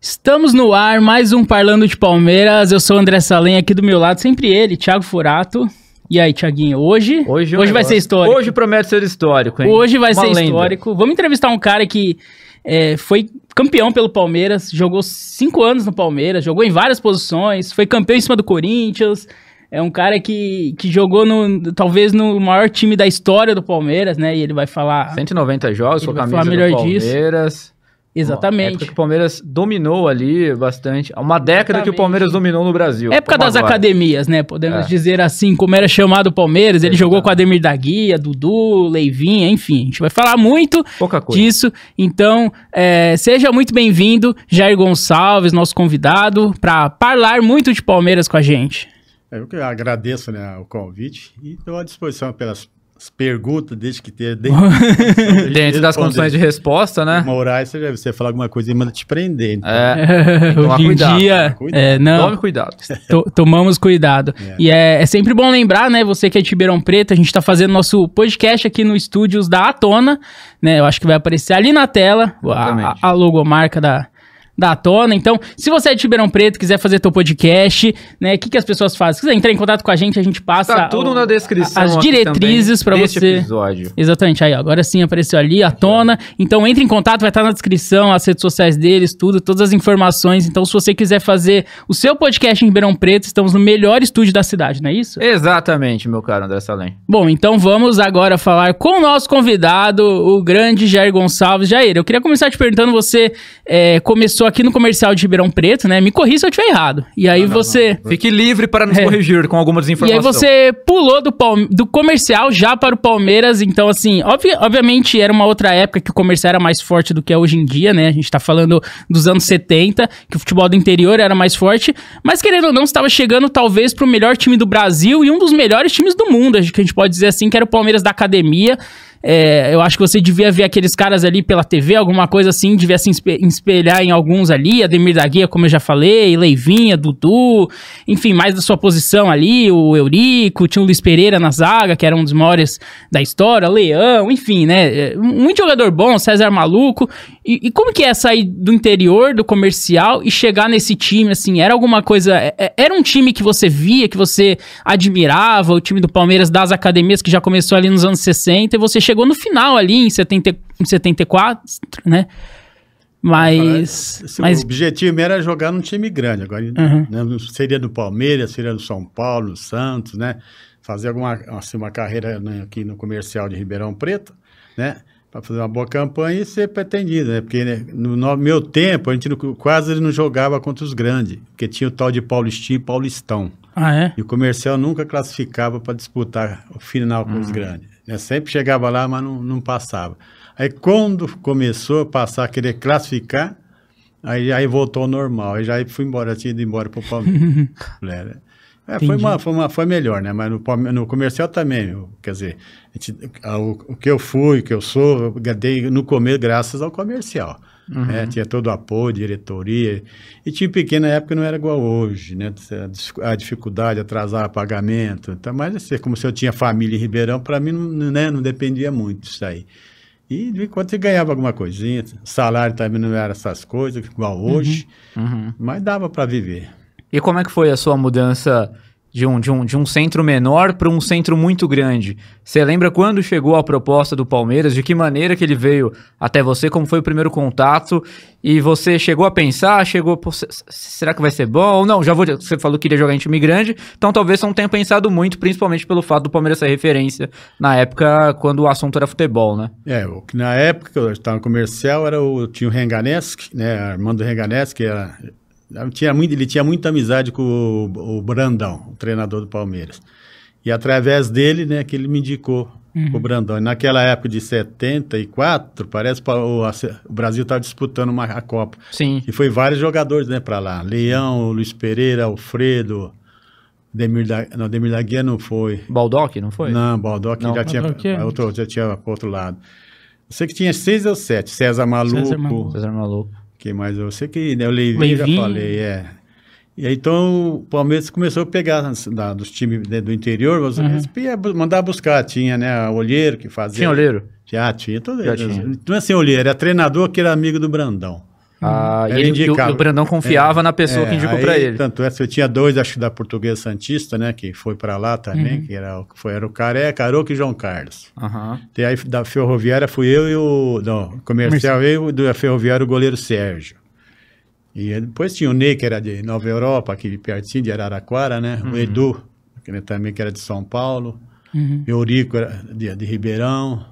Estamos no ar, mais um Parlando de Palmeiras. Eu sou o André Salem, aqui do meu lado, sempre ele, Thiago Furato. E aí, Thiaguinho, hoje? Hoje, o hoje vai negócio- ser histórico. Hoje promete ser histórico, hein? Hoje vai Uma ser lenda. histórico. Vamos entrevistar um cara que é, foi campeão pelo Palmeiras, jogou cinco anos no Palmeiras, jogou em várias posições, foi campeão em cima do Corinthians. É um cara que, que jogou no talvez no maior time da história do Palmeiras, né? E ele vai falar 190 jogos, Ele com a vai camisa falar do melhor disso. Palmeiras. Uma época exatamente. que o Palmeiras dominou ali bastante. Uma década que Exatamente. o Palmeiras dominou no Brasil. Época Como das agora. academias, né? Podemos É. dizer assim, como era chamado o Palmeiras. Ele Exatamente. jogou com Ademir da Guia, Dudu, Leivinha, enfim. A gente vai falar muito Pouca coisa. disso. Então, é, seja muito bem-vindo, Jair Gonçalves, nosso convidado, para falar muito de Palmeiras com a gente. É, Eu que agradeço né, o convite e estou à disposição pelas as perguntas, desde que tenha dentro, Dentro das condições de resposta, né? Moraes, você já viu, você falar alguma coisa e manda te prender. então. É. tomar Hoje em cuidado, dia, cuidado. é, não, Tome cuidado. to- tomamos cuidado. É. E é, é sempre bom lembrar, né? Você que é de Ribeirão Preto, a gente tá fazendo nosso podcast aqui no estúdios da Atona, né? Eu acho que vai aparecer ali na tela a- a, Exatamente. a logomarca da. Da Atona. Então, se você é de Ribeirão Preto, quiser fazer teu podcast, né? O que, que as pessoas fazem? Se quiser entrar em contato com a gente, a gente passa. Tá tudo o- na descrição. As aqui diretrizes também pra deste você. episódio. Exatamente, aí ó, agora sim apareceu ali a tona. Então entre em contato, vai estar na descrição, as redes sociais deles, tudo, todas as informações. Então se você quiser fazer o seu podcast em Ribeirão Preto, estamos no melhor estúdio da cidade, não é isso? Exatamente, meu caro André Salem. Bom, então vamos agora falar com o nosso convidado, o grande Jair Gonçalves. Jair, eu queria começar te perguntando, você é, começou aqui no comercial de Ribeirão Preto, né? Me corri se eu estiver errado. E aí você... Fique livre para nos É. corrigir com alguma E aí desinformação. você pulou do, Palme- do comercial já para o Palmeiras, então assim, obvi- obviamente era uma outra época que o comercial era mais forte do que é hoje em dia, né? A gente tá falando dos anos 70, que o futebol do interior era mais forte, mas querendo ou não, estava chegando talvez pro melhor time do Brasil e um dos melhores times do mundo, acho que a gente pode dizer assim, que era o Palmeiras da academia. É, eu acho que você devia ver aqueles caras ali pela TV, alguma coisa assim, devia se espe- espelhar em alguns ali, Ademir da Guia, como eu já falei, Leivinha, Dudu, enfim, mais da sua posição ali, o Eurico, tinha o Luiz Pereira na zaga, que era um dos maiores da história, Leão, enfim, né? É, Muito jogador bom, César Maluco. E, e como que é sair do interior, do comercial e chegar nesse time, assim? Era alguma coisa. é- é- Era um time que você via, que você admirava, o time do Palmeiras das academias, que já começou ali nos anos 60, e você chegou no final ali em, 70, em 74, né? Mas. Se mas é O objetivo era jogar num time grande. Agora, Uhum. né, no- seria no Palmeiras, seria no São Paulo, no Santos, né? Fazer alguma, assim, uma carreira né, aqui no comercial de Ribeirão Preto, né? Para fazer uma boa campanha e ser pretendido, né? Porque né, no, no meu tempo, a gente não- quase não jogava contra os grandes, porque tinha o tal de Paulistinho e Paulistão. Ah, é? E o comercial nunca classificava para disputar o final com os grandes. né? Sempre chegava lá, mas não, não passava. Aí quando começou a passar a querer classificar, aí, aí voltou ao normal. Aí já fui embora, eu tinha ido embora para o Palmeiras. Né, né? É, foi, Entendi. uma, foi, uma, foi melhor, né? Mas no, Palme- no comercial também, eu- quer dizer, a gente- a- o, o que eu fui, o que eu sou, eu dei no começo graças ao comercial. né? Tinha todo o apoio, diretoria. E time pequeno na época não era igual hoje, né? A dis- A dificuldade, atrasar pagamento. Então, mas assim, como se eu tinha família em Ribeirão, para mim não, né, não dependia muito isso aí. E de vez em quando você ganhava alguma coisinha, salário também não era essas coisas, igual hoje, Uhum. mas dava para viver. E como é que foi a sua mudança de um, de um, de um centro menor para um centro muito grande? Você lembra quando chegou a proposta do Palmeiras? De que maneira que ele veio até você? Como foi o primeiro contato? E você chegou a pensar? Chegou, "Pô, se- se- será que vai ser bom? Ou não, já vou. Você falou que iria jogar em time grande, então talvez você não tenha pensado muito, principalmente pelo fato do Palmeiras ser referência na época quando o assunto era futebol, né? É, o que na época que eu estava no comercial era o tinha o Renganesk, né, Armando Renganesk, que era tinha muito, ele tinha muita amizade com o, o Brandão, o treinador do Palmeiras. E através dele, né, que ele me indicou o Brandão. E naquela época de 74, parece que o, o Brasil estava disputando uma a Copa. Sim. E foi vários jogadores, né, para lá. Leão, Luiz Pereira, Alfredo, Demir da, não, Demir da Guia não foi. Baldock, não foi? Não, Baldock Não. já Baldock é- tinha outro, já tinha pro outro lado. Eu sei que tinha seis ou sete. César Maluco. César Maluco. Vocês eram malucos. Quem mais? Eu sei que né, o Leivinho, Leivinho. já falei, é. E aí, então, o Palmeiras começou a pegar as- da- dos times né, do interior, mas Uhum. eles ia bu- mandar buscar. Tinha, né, o Olheiro que fazia. Tinha olheiro? Já tinha, todo Já eles. tinha. Não é assim, Olheiro, era treinador que era amigo do Brandão. Ah, e, Era ele- e o, indicado. e o Brandão confiava na pessoa É, que indicou aí, pra ele. Tanto é, eu tinha dois, acho que da Portuguesa Santista, né? Que foi para lá também, Uhum. que era, o- foi, era o Careca, Caroco e João Carlos. Aham. E aí da Ferroviária fui eu e o... Não, comercial eu e o da Ferroviária o goleiro Sérgio. E aí depois tinha o Ney, que era de Nova Europa, aqui de pertinho, de Araraquara, né? O Edu, que ele também que era de São Paulo. Uhum. Eurico era de, de Ribeirão.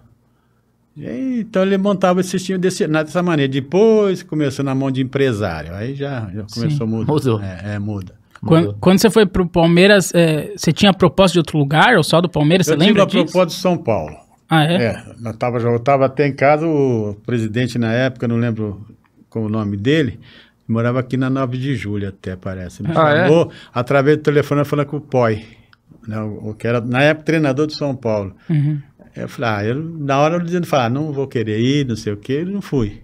E aí, então ele montava esse time desse, dessa maneira. Depois começou na mão de empresário. Aí já, já começou a mudar. Mudou. É, é, muda. Quando, Mudou. quando você foi pro Palmeiras, é, você tinha proposta de outro lugar ou só do Palmeiras? Você eu tive lembra a disso? proposta de São Paulo. Ah, É, é? nós tava, eu estava até em casa, o presidente na época, não lembro como o nome dele, morava aqui na 9 de julho até, parece. Me Ah, é? chamou, através do telefone, falando com o Poi, né, o, o que era, na época, treinador de São Paulo. Uhum. Eu falei, ah, eu, na hora eu dizendo, falar, não vou querer ir, não sei o quê, eu não fui.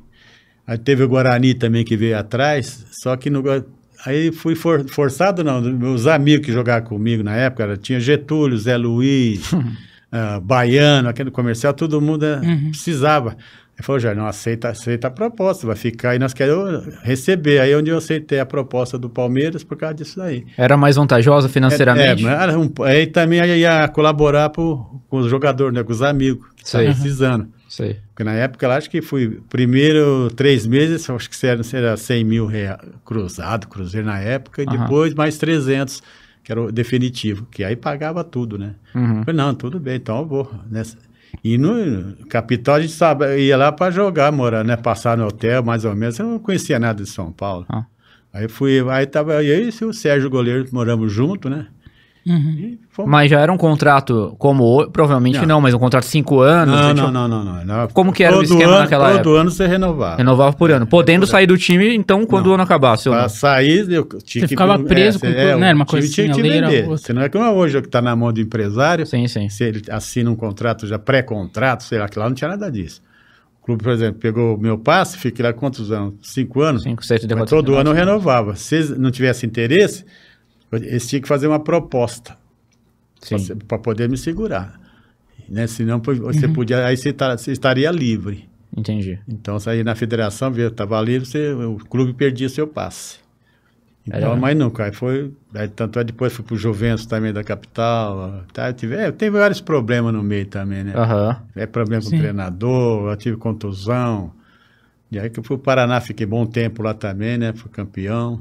Aí teve o Guarani também que veio atrás, só que no Gua- aí fui for- forçado não, meus amigos que jogavam comigo na época, era, tinha Getúlio, Zé Luiz, Uhum. ah, Baiano, aquele comercial, todo mundo né, precisava. Ele falou, já não aceita, aceita a proposta, vai ficar aí, nós queremos receber. Aí é onde eu aceitei a proposta do Palmeiras por causa disso aí. Era mais vantajosa financeiramente? É, é, mas era um- aí também aí ia colaborar pro, com os jogadores, né, com os amigos que Sei. estavam precisando. Sei. Porque na época lá acho que fui primeiro três meses, acho que era, era 100 mil reais cruzado, cruzeiro na época, e Aham. depois mais 300, que era o definitivo, que aí pagava tudo, né? Uhum. Falei, não, tudo bem, então eu vou. Nessa. E no capital a gente sabe, ia lá para jogar, morar, né? Passar no hotel, mais ou menos. Eu não conhecia nada de São Paulo. Ah. Aí fui, aí tava eu e o Sérgio Goleiro, moramos junto, né? Uhum. E fomos. Mas já era um contrato como hoje? Provavelmente não, Não. mas um contrato de cinco anos. Não, né, não, tipo, não, não, não, não. Como que era o Todo esquema ano, naquela todo época? ano você renovava. Renovava por ano. Podendo sair do time, então, quando o ano acabasse. ou não? Pra sair, eu Né? tinha Você que... ficava preso com cê- tudo, né? Era uma o time coisa tinha assim, que a lei era vender. outra. Você não é como hoje, que está na mão do empresário, Sim, sim. se ele assina um contrato já pré-contrato, sei lá, que lá não tinha nada disso. O clube, por exemplo, pegou o meu passe, fiquei lá quantos anos? Cinco anos. Cinco, sete, Mas derrotas. todo ano eu renovava. Se eles não tivessem interesse, eles tinham que fazer uma proposta Sim. para poder me segurar. Né? Senão pô, Uhum. você podia, aí você, tá- você estaria livre. Entendi. Então, se aí na federação via, tava livre, você, o clube perdia seu passe. Então, Era- mas nunca. Aí foi, aí, tanto é depois fui pro Juventus também da capital. Tá, eu tive, é, teve vários problemas no meio também, Ah, né? Aham. É problema com Sim. o treinador, eu tive contusão. E aí que eu fui pro Paraná, fiquei bom tempo lá também, né? Fui campeão.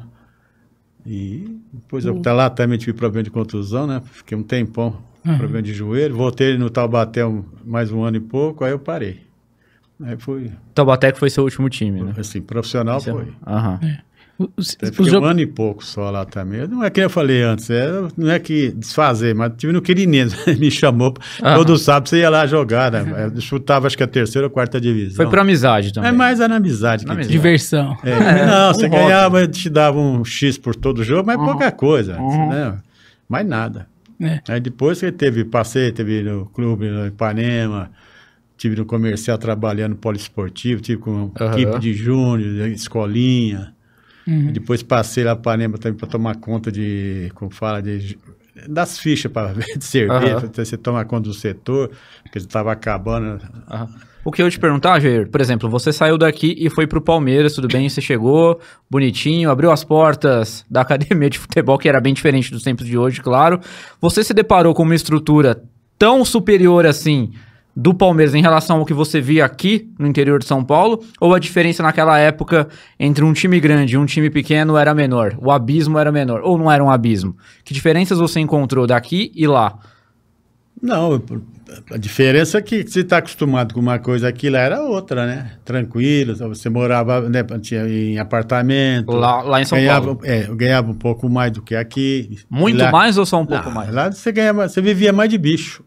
E depois eu tá lá também tive problema de contusão, né? Fiquei um tempão, com Uhum. problema de joelho. Voltei no Taubaté um- mais um ano e pouco, aí eu parei. Aí fui, Taubaté que foi seu último time, né? assim, profissional foi. É. Aham. O- Os, Até os Fiquei jo- um ano e pouco só lá também. Não é que eu falei antes, é, não é que desfazer, mas tive no Quirinense, me chamou. Aham. Todo sábado você ia lá jogar, né? Eu chutava acho que a terceira ou quarta divisão. Foi por amizade também. É mais era na amizade que Na tinha. diversão. É, É, não, um você hobby. Uhum. ganhava, te dava um X por todo jogo, mas pouca coisa, né? Mais nada. É. Aí depois que teve, passei, teve no clube no Ipanema, tive no comercial trabalhando no poliesportivo, tive com Aham. equipe de júnior, escolinha. Uhum. Depois passei lá para Ipanema também para tomar conta de, como fala, de, ju- das fichas para de cerveja, Aham. pra você tomar conta do setor, porque estava acabando. Aham. O que eu ia te perguntar, Jair, por exemplo, você saiu daqui e foi pro Palmeiras, tudo bem, você chegou, bonitinho, abriu as portas da academia de futebol, que era bem diferente dos tempos de hoje, claro. Você se deparou com uma estrutura tão superior assim do Palmeiras em relação ao que você via aqui no interior de São Paulo? Ou a diferença naquela época entre um time grande e um time pequeno era menor? O abismo era menor? Ou não era um abismo? Que diferenças você encontrou daqui e lá? Não, a diferença é que você está acostumado com uma coisa, aqui lá era outra, né? Tranquilo, você morava né, tinha em apartamento. Lá, lá em São ganhava, Paulo? é, eu ganhava um pouco mais do que aqui. Muito E lá- mais ou só um pouco Não, mais? Lá você ganhava, você vivia mais de bicho.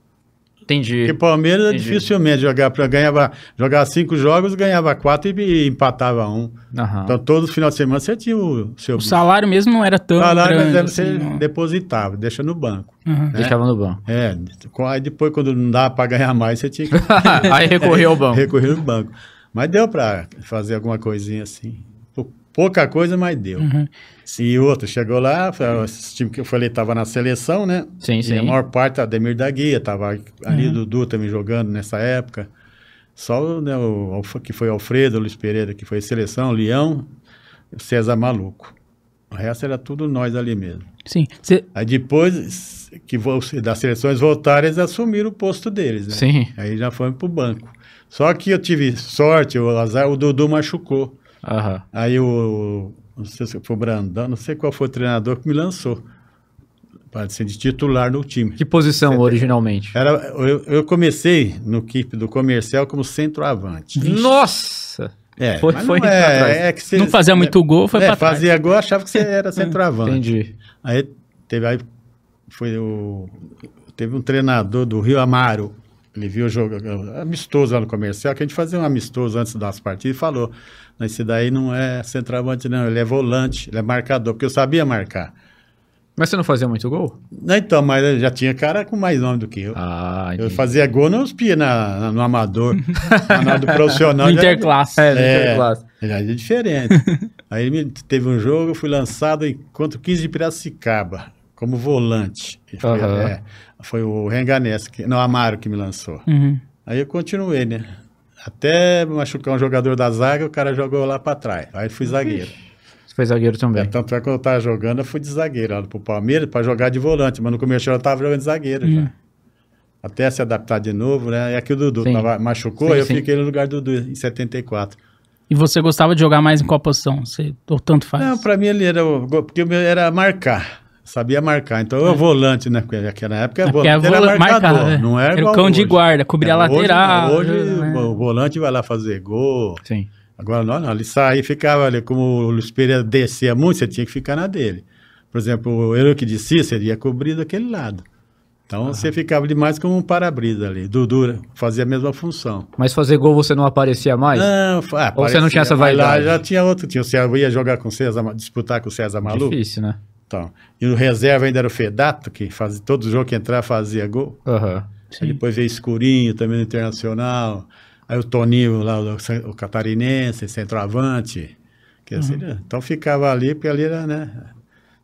Entendi. Porque Palmeiras é Entendi. dificilmente jogava, pra- ganhava, jogava cinco jogos, ganhava quatro e, e empatava um. Aham. Então, todo final de semana você tinha o seu O salário mesmo não era tão salário, mas grande. aí você assim, não. depositava, deixa no banco. Uhum. Deixava no banco. É, com- aí depois quando não dava para ganhar mais, você tinha que Aí recorreu ao banco. recorrer no banco. Mas deu para fazer alguma coisinha assim. Pou- Pouca coisa, mas deu. E outro, chegou lá, fa- esse time que eu falei estava na seleção, né? Sim, E sim. a maior parte, Ademir da Guia, estava ali, Dudu também jogando nessa época. Só né, o Alf- que foi Alfredo, Luiz Pereira, que foi seleção, Leão, o César Maluco. O resto era tudo nós ali mesmo. Sim. Cê- Aí depois que vo- das seleções voltaram, eles assumiram o posto deles, né? Sim. Aí já fomos pro banco. Só que eu tive sorte, o azar, o Dudu machucou. Aham. Aí o. Não sei se foi o Brandão, não sei qual foi o treinador que me lançou. Para ser de titular no time. Que posição originalmente? Era, eu, eu comecei no equipe do comercial como centroavante. Nossa! É, Foi- mas foi não, pra trás. é, é que você, não fazia muito gol, foi é, pra trás. É, fazia gol, achava que você era centroavante. Entendi. Aí teve aí foi o teve um treinador do Rio Amaro. Ele viu o jogo amistoso lá no comercial, que a gente fazia um amistoso antes das partidas e falou: "Não, esse daí não é centroavante, não, ele é volante, ele é marcador, porque eu sabia marcar. Mas você não fazia muito gol? Não, então, mas eu já tinha cara com mais nome do que eu. Ah, eu fazia gol nos pia na, na- no amador, mas na do profissional. no já era- interclasse. É, É. é. classe. já era diferente. Aí ele me- teve um jogo, eu fui lançado em- contra o 15 de Piracicaba, como volante. E Foi, Aham. é, foi o Renganes, que- não, Amaro que me lançou. Uhum. Aí eu continuei, né? Até machucar um jogador da zaga, o cara jogou lá pra trás. Aí eu fui zagueiro. Você foi zagueiro É, também. tanto é que quando eu tava jogando, eu fui de zagueiro lá pro Palmeiras pra jogar de volante, mas no comercial eu tava jogando de zagueiro Hum. já. Até se adaptar de novo, né? E aqui o Dudu Sim. tava- machucou, Sim, aí eu sim. fiquei no lugar do Dudu em 74. E você gostava de jogar mais em qual posição? Você, ou tanto faz? Não, pra mim ele era. o go- Porque o meu era marcar. Sabia marcar. Então eu volante, né? Porque naquela época É era porque volante. a Era vola- marcador, marcava, é. não era, Era o igual cão de hoje. guarda, cobria a É, hoje lateral. não, Hoje, né? o volante vai lá fazer gol. Sim. Agora não, não. Ele saía e ficava ali. Como o Luiz Pereira descia muito, você tinha que ficar na dele. Por exemplo, o Eruque de Cícero ia cobrir daquele lado. Então você ficava demais como um para-brisa ali. Dudu fazia a mesma função. Mas fazer gol você não aparecia mais? Não, fa- ah, Ou você não tinha essa mas lá vaidade? Já tinha outro, tinha, o César- eu ia jogar com o César, Ma- disputar com o César Malu. Difícil, né? Então, e o reserva ainda era o Fedato, que fazia, todo jogo que entrava fazia gol. Aham. Sim. Aí depois veio Escurinho, também no Internacional. Aí o Toninho lá, o, o catarinense, centroavante. Quer dizer, então ficava ali, porque ali era, né?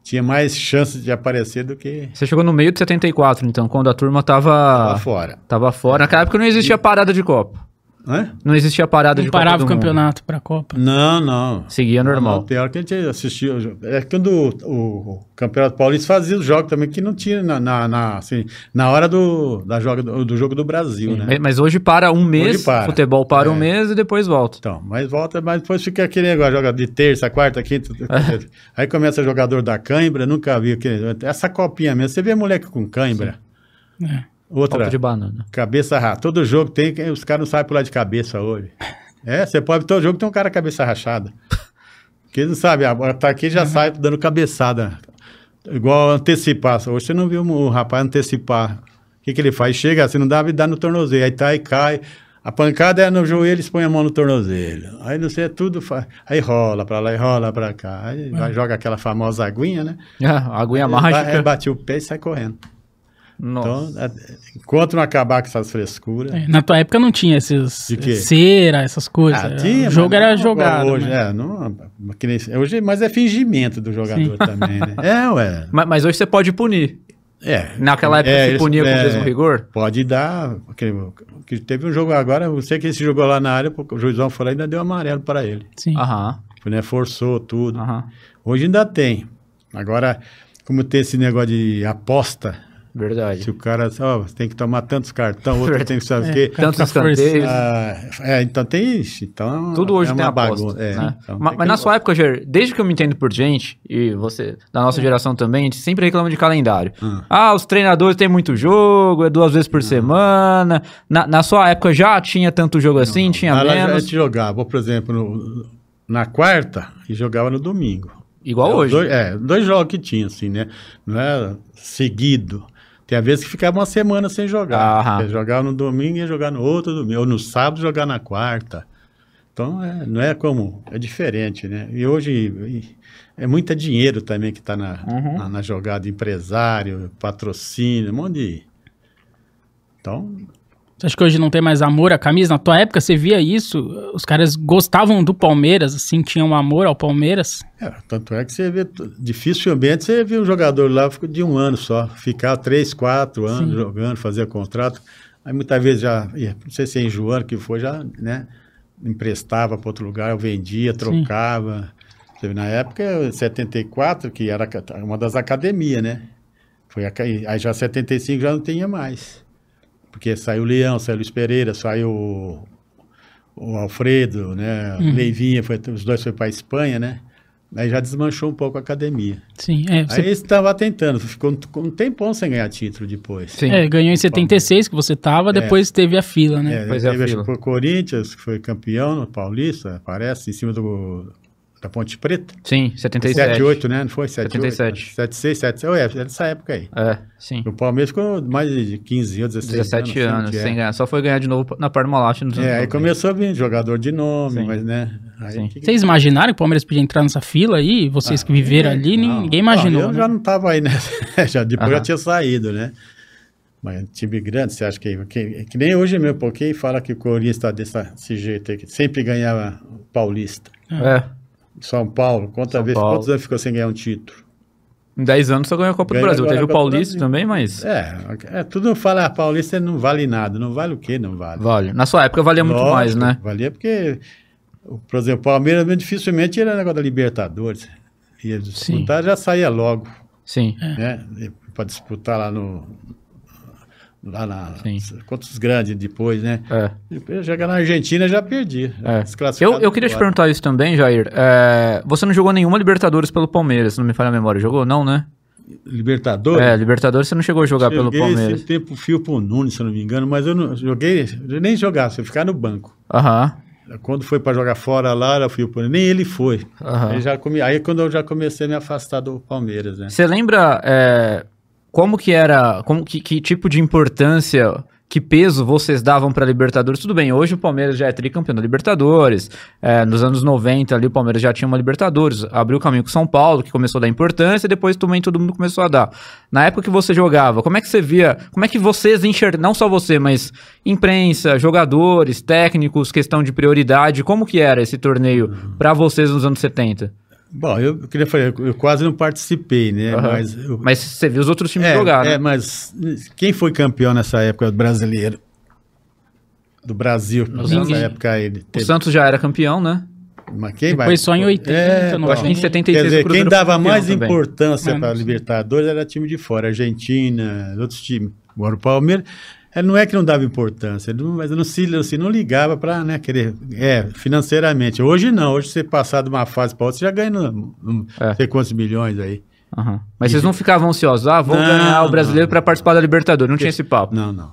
Tinha mais chance de aparecer do que Você chegou no meio de 74, então, quando a turma tava, lá fora. tava fora. Naquela época não existia parada de Copa. Hã? Não existia tá parada Não de parava Copa o do Mundo. campeonato pra Copa. Não, não. Seguia normal. Não, pior que a gente assistia. o jogo. É quando o, o Campeonato Paulista fazia os jogos também, que não tinha na, na, na, assim, na hora do, da joga, do, do jogo do Brasil, né? Mas- Mas hoje para um mês, para. futebol para um É. mês e depois volta. Então, mas volta, mas depois fica aquele negócio, joga de terça, quarta, quinta. quinta. aí começa jogador da cãibra, nunca vi aquele. Essa copinha mesmo. Você vê moleque com cãibra. É. Outra. Copo de banana. Cabeça rachada. Todo jogo tem. que- Os caras não sabem pular de cabeça hoje. É, você pode. Todo jogo tem um cara com a cabeça rachada. Porque eles não sabem. Agora tá aqui e já Uhum. sai dando cabeçada. Igual antecipar. Hoje você não viu o rapaz antecipar. O que, que ele faz? Chega assim, não dá e dá no tornozelo. Aí tá e cai. A pancada é no joelho, eles põem a mão no tornozelo. Aí não sei, é tudo. Fa... Aí rola pra lá e rola pra cá. Aí vai- joga aquela famosa aguinha, né? Ah, aguinha Aí Uhum. mágica. bate o pé e sai correndo. Nossa. é, Então, é- enquanto não acabar com essas frescuras. É, Na tua época não tinha esses De quê? cera, essas coisas. Ah, Era- tinha, é, o jogo mas era não igual jogado. Hoje, né? é, não, que nem- hoje, mas é fingimento do jogador também, né? É, ué. Ma- Mas, hoje você pode punir. É. Naquela época É, você isso- punia com é. o mesmo rigor? Pode dar. Que, que teve um jogo agora, eu sei que esse jogou lá na área, porque o juizão foi lá e ainda deu amarelo para ele. Sim. Aham. Né? Forçou tudo. Aham. Hoje ainda tem. Agora, como tem esse negócio de aposta, se Verdade. o cara ó, você tem que tomar tantos cartão, outro tem que saber o quê. Tantos Tá forçado. escanteios. Ah, é, então tem isso. Então, Tudo hoje é tem uma aposta. bagunça. É, né? então Ma- tem mas que- na sua época, Jair, desde que eu me entendo por gente, e você, da É. nossa geração também, a gente sempre reclama de calendário. Ah, os treinadores têm muito jogo, é duas vezes Ah. por semana. Na, na sua época já tinha tanto jogo assim, tinha Ela Ah, já menos. te jogava, por exemplo, no- na quarta e jogava no domingo. Igual É, os hoje. Dois, é, dois jogos que tinha, assim, né? Não era seguido. Tem a vez que ficava uma semana sem jogar. Aham. Você Jogava no domingo e ia jogar no outro domingo. Ou no sábado jogar na quarta. Então, é, não é como... É diferente, né? E hoje e- é muito dinheiro também que está na, Uhum. na, na jogada. Empresário, patrocínio, um monte de... Então, Você acha que hoje não tem mais amor à camisa? Na tua época você via isso? Os caras gostavam do Palmeiras, assim, tinham amor ao Palmeiras? É, tanto é que você vê, t- dificilmente você vê um jogador lá fica de um ano só, ficar três, quatro anos jogando, fazer contrato. Aí muitas vezes já, ia, não sei se é enjoando que foi, já né, emprestava para outro lugar, vendia, trocava. Na época, 74, que era uma das academias, né? Foi a, aí já 75 já não tinha mais. Porque saiu o Leão, saiu o Luiz Pereira, saiu o, o Alfredo, né? Uhum. Leivinha, foi, os dois foram para a Espanha, né? Aí já desmanchou um pouco a academia. Sim, é. Você... Aí estava tentando, ficou um tempão sem ganhar título depois. Sim. É, ganhou em 76, que você estava, depois é. teve a fila, né? É, depois teve, a fila. o Corinthians, que foi campeão no Paulista, parece, em cima do, da Ponte Preta. Sim, 77. 78, né? Não foi? 78, 77. 76, 77. É, dessa época aí. É, sim. O Palmeiras ficou mais de 15 ou 16 17 anos. anos sem é. ganhar. Só foi ganhar de novo na Parmalat nos anos É, aí começou a vir jogador de nome, sim. mas né... Aí, que... Vocês imaginaram que o Palmeiras podia entrar nessa fila aí? Vocês ah, que viveram é, ali, não, ninguém imaginou. Não, eu né? já não tava aí, né? já, depois Aham. já tinha saído, né? Mas time grande, você acha que, que, que nem hoje mesmo, porque fala que o Corinthians está desse jeito aí, que sempre ganhava paulista. É. São Paulo, quanta São vez, Paulo. quantos anos ficou sem ganhar um título? Em 10 anos só ganhou a Copa ganhou do Brasil. Teve o Paulista também, mas. É, é tudo fala, ah, Paulista não vale nada. Não vale o quê? Não vale. Vale. Na sua época valia Lógico, muito mais, né? Valia porque, por exemplo, o Palmeiras dificilmente era negócio da Libertadores. Ia disputar, Sim. já saía logo. Sim. Né? Para disputar lá no. Lá na. Sim. Quantos grandes depois, né? É. Depois, chegar na Argentina já perdi. É. Eu, eu queria te perguntar isso também, Jair. É, você não jogou nenhuma Libertadores pelo Palmeiras, não me falha a memória. Jogou, não, né? Libertadores? É, Libertadores você não chegou a jogar joguei pelo Palmeiras. Esse tempo fio pro Nunes, se eu não me engano, mas eu não joguei, eu nem jogar, se eu ficar no banco. Aham. Quando foi para jogar fora lá, eu fui por nem ele foi. Aham. Aí, já come... Aí quando eu já comecei a me afastar do Palmeiras, né? Você lembra é como que era, como que, que, tipo de importância, que peso vocês davam para Libertadores? Tudo bem, hoje o Palmeiras já é tricampeão da Libertadores, é, nos anos 90 ali o Palmeiras já tinha uma Libertadores, abriu o caminho com São Paulo, que começou a dar importância, depois também todo mundo começou a dar. Na época que você jogava, como é que você via, como é que vocês enxergavam, não só você, mas imprensa, jogadores, técnicos, questão de prioridade, como que era esse torneio uhum. para vocês nos anos 70? Bom, eu queria falar, eu quase não participei, né? Uhum. Mas, eu... mas você viu os outros times é, jogar, é, né? É, mas quem foi campeão nessa época brasileiro? Do Brasil, nessa Ninguém. época ele teve... O Santos já era campeão, né? Mas quem Depois vai... só em 80, é, eu acho que em 76 Quer dizer, quem dava mais também. É, importância para Libertadores era time de fora, Argentina, outros times. Agora o Palmeiras... Ele não é que não dava importância, não, mas não se, assim, não ligava para né, querer. É, financeiramente. Hoje não, hoje você passar de uma fase para outra, você já ganha não, não é. sei quantos milhões aí. Uhum. Mas e vocês não ficavam ansiosos, ah, vou ganhar o brasileiro para participar da Libertadores, não tinha esse papo. Não, não.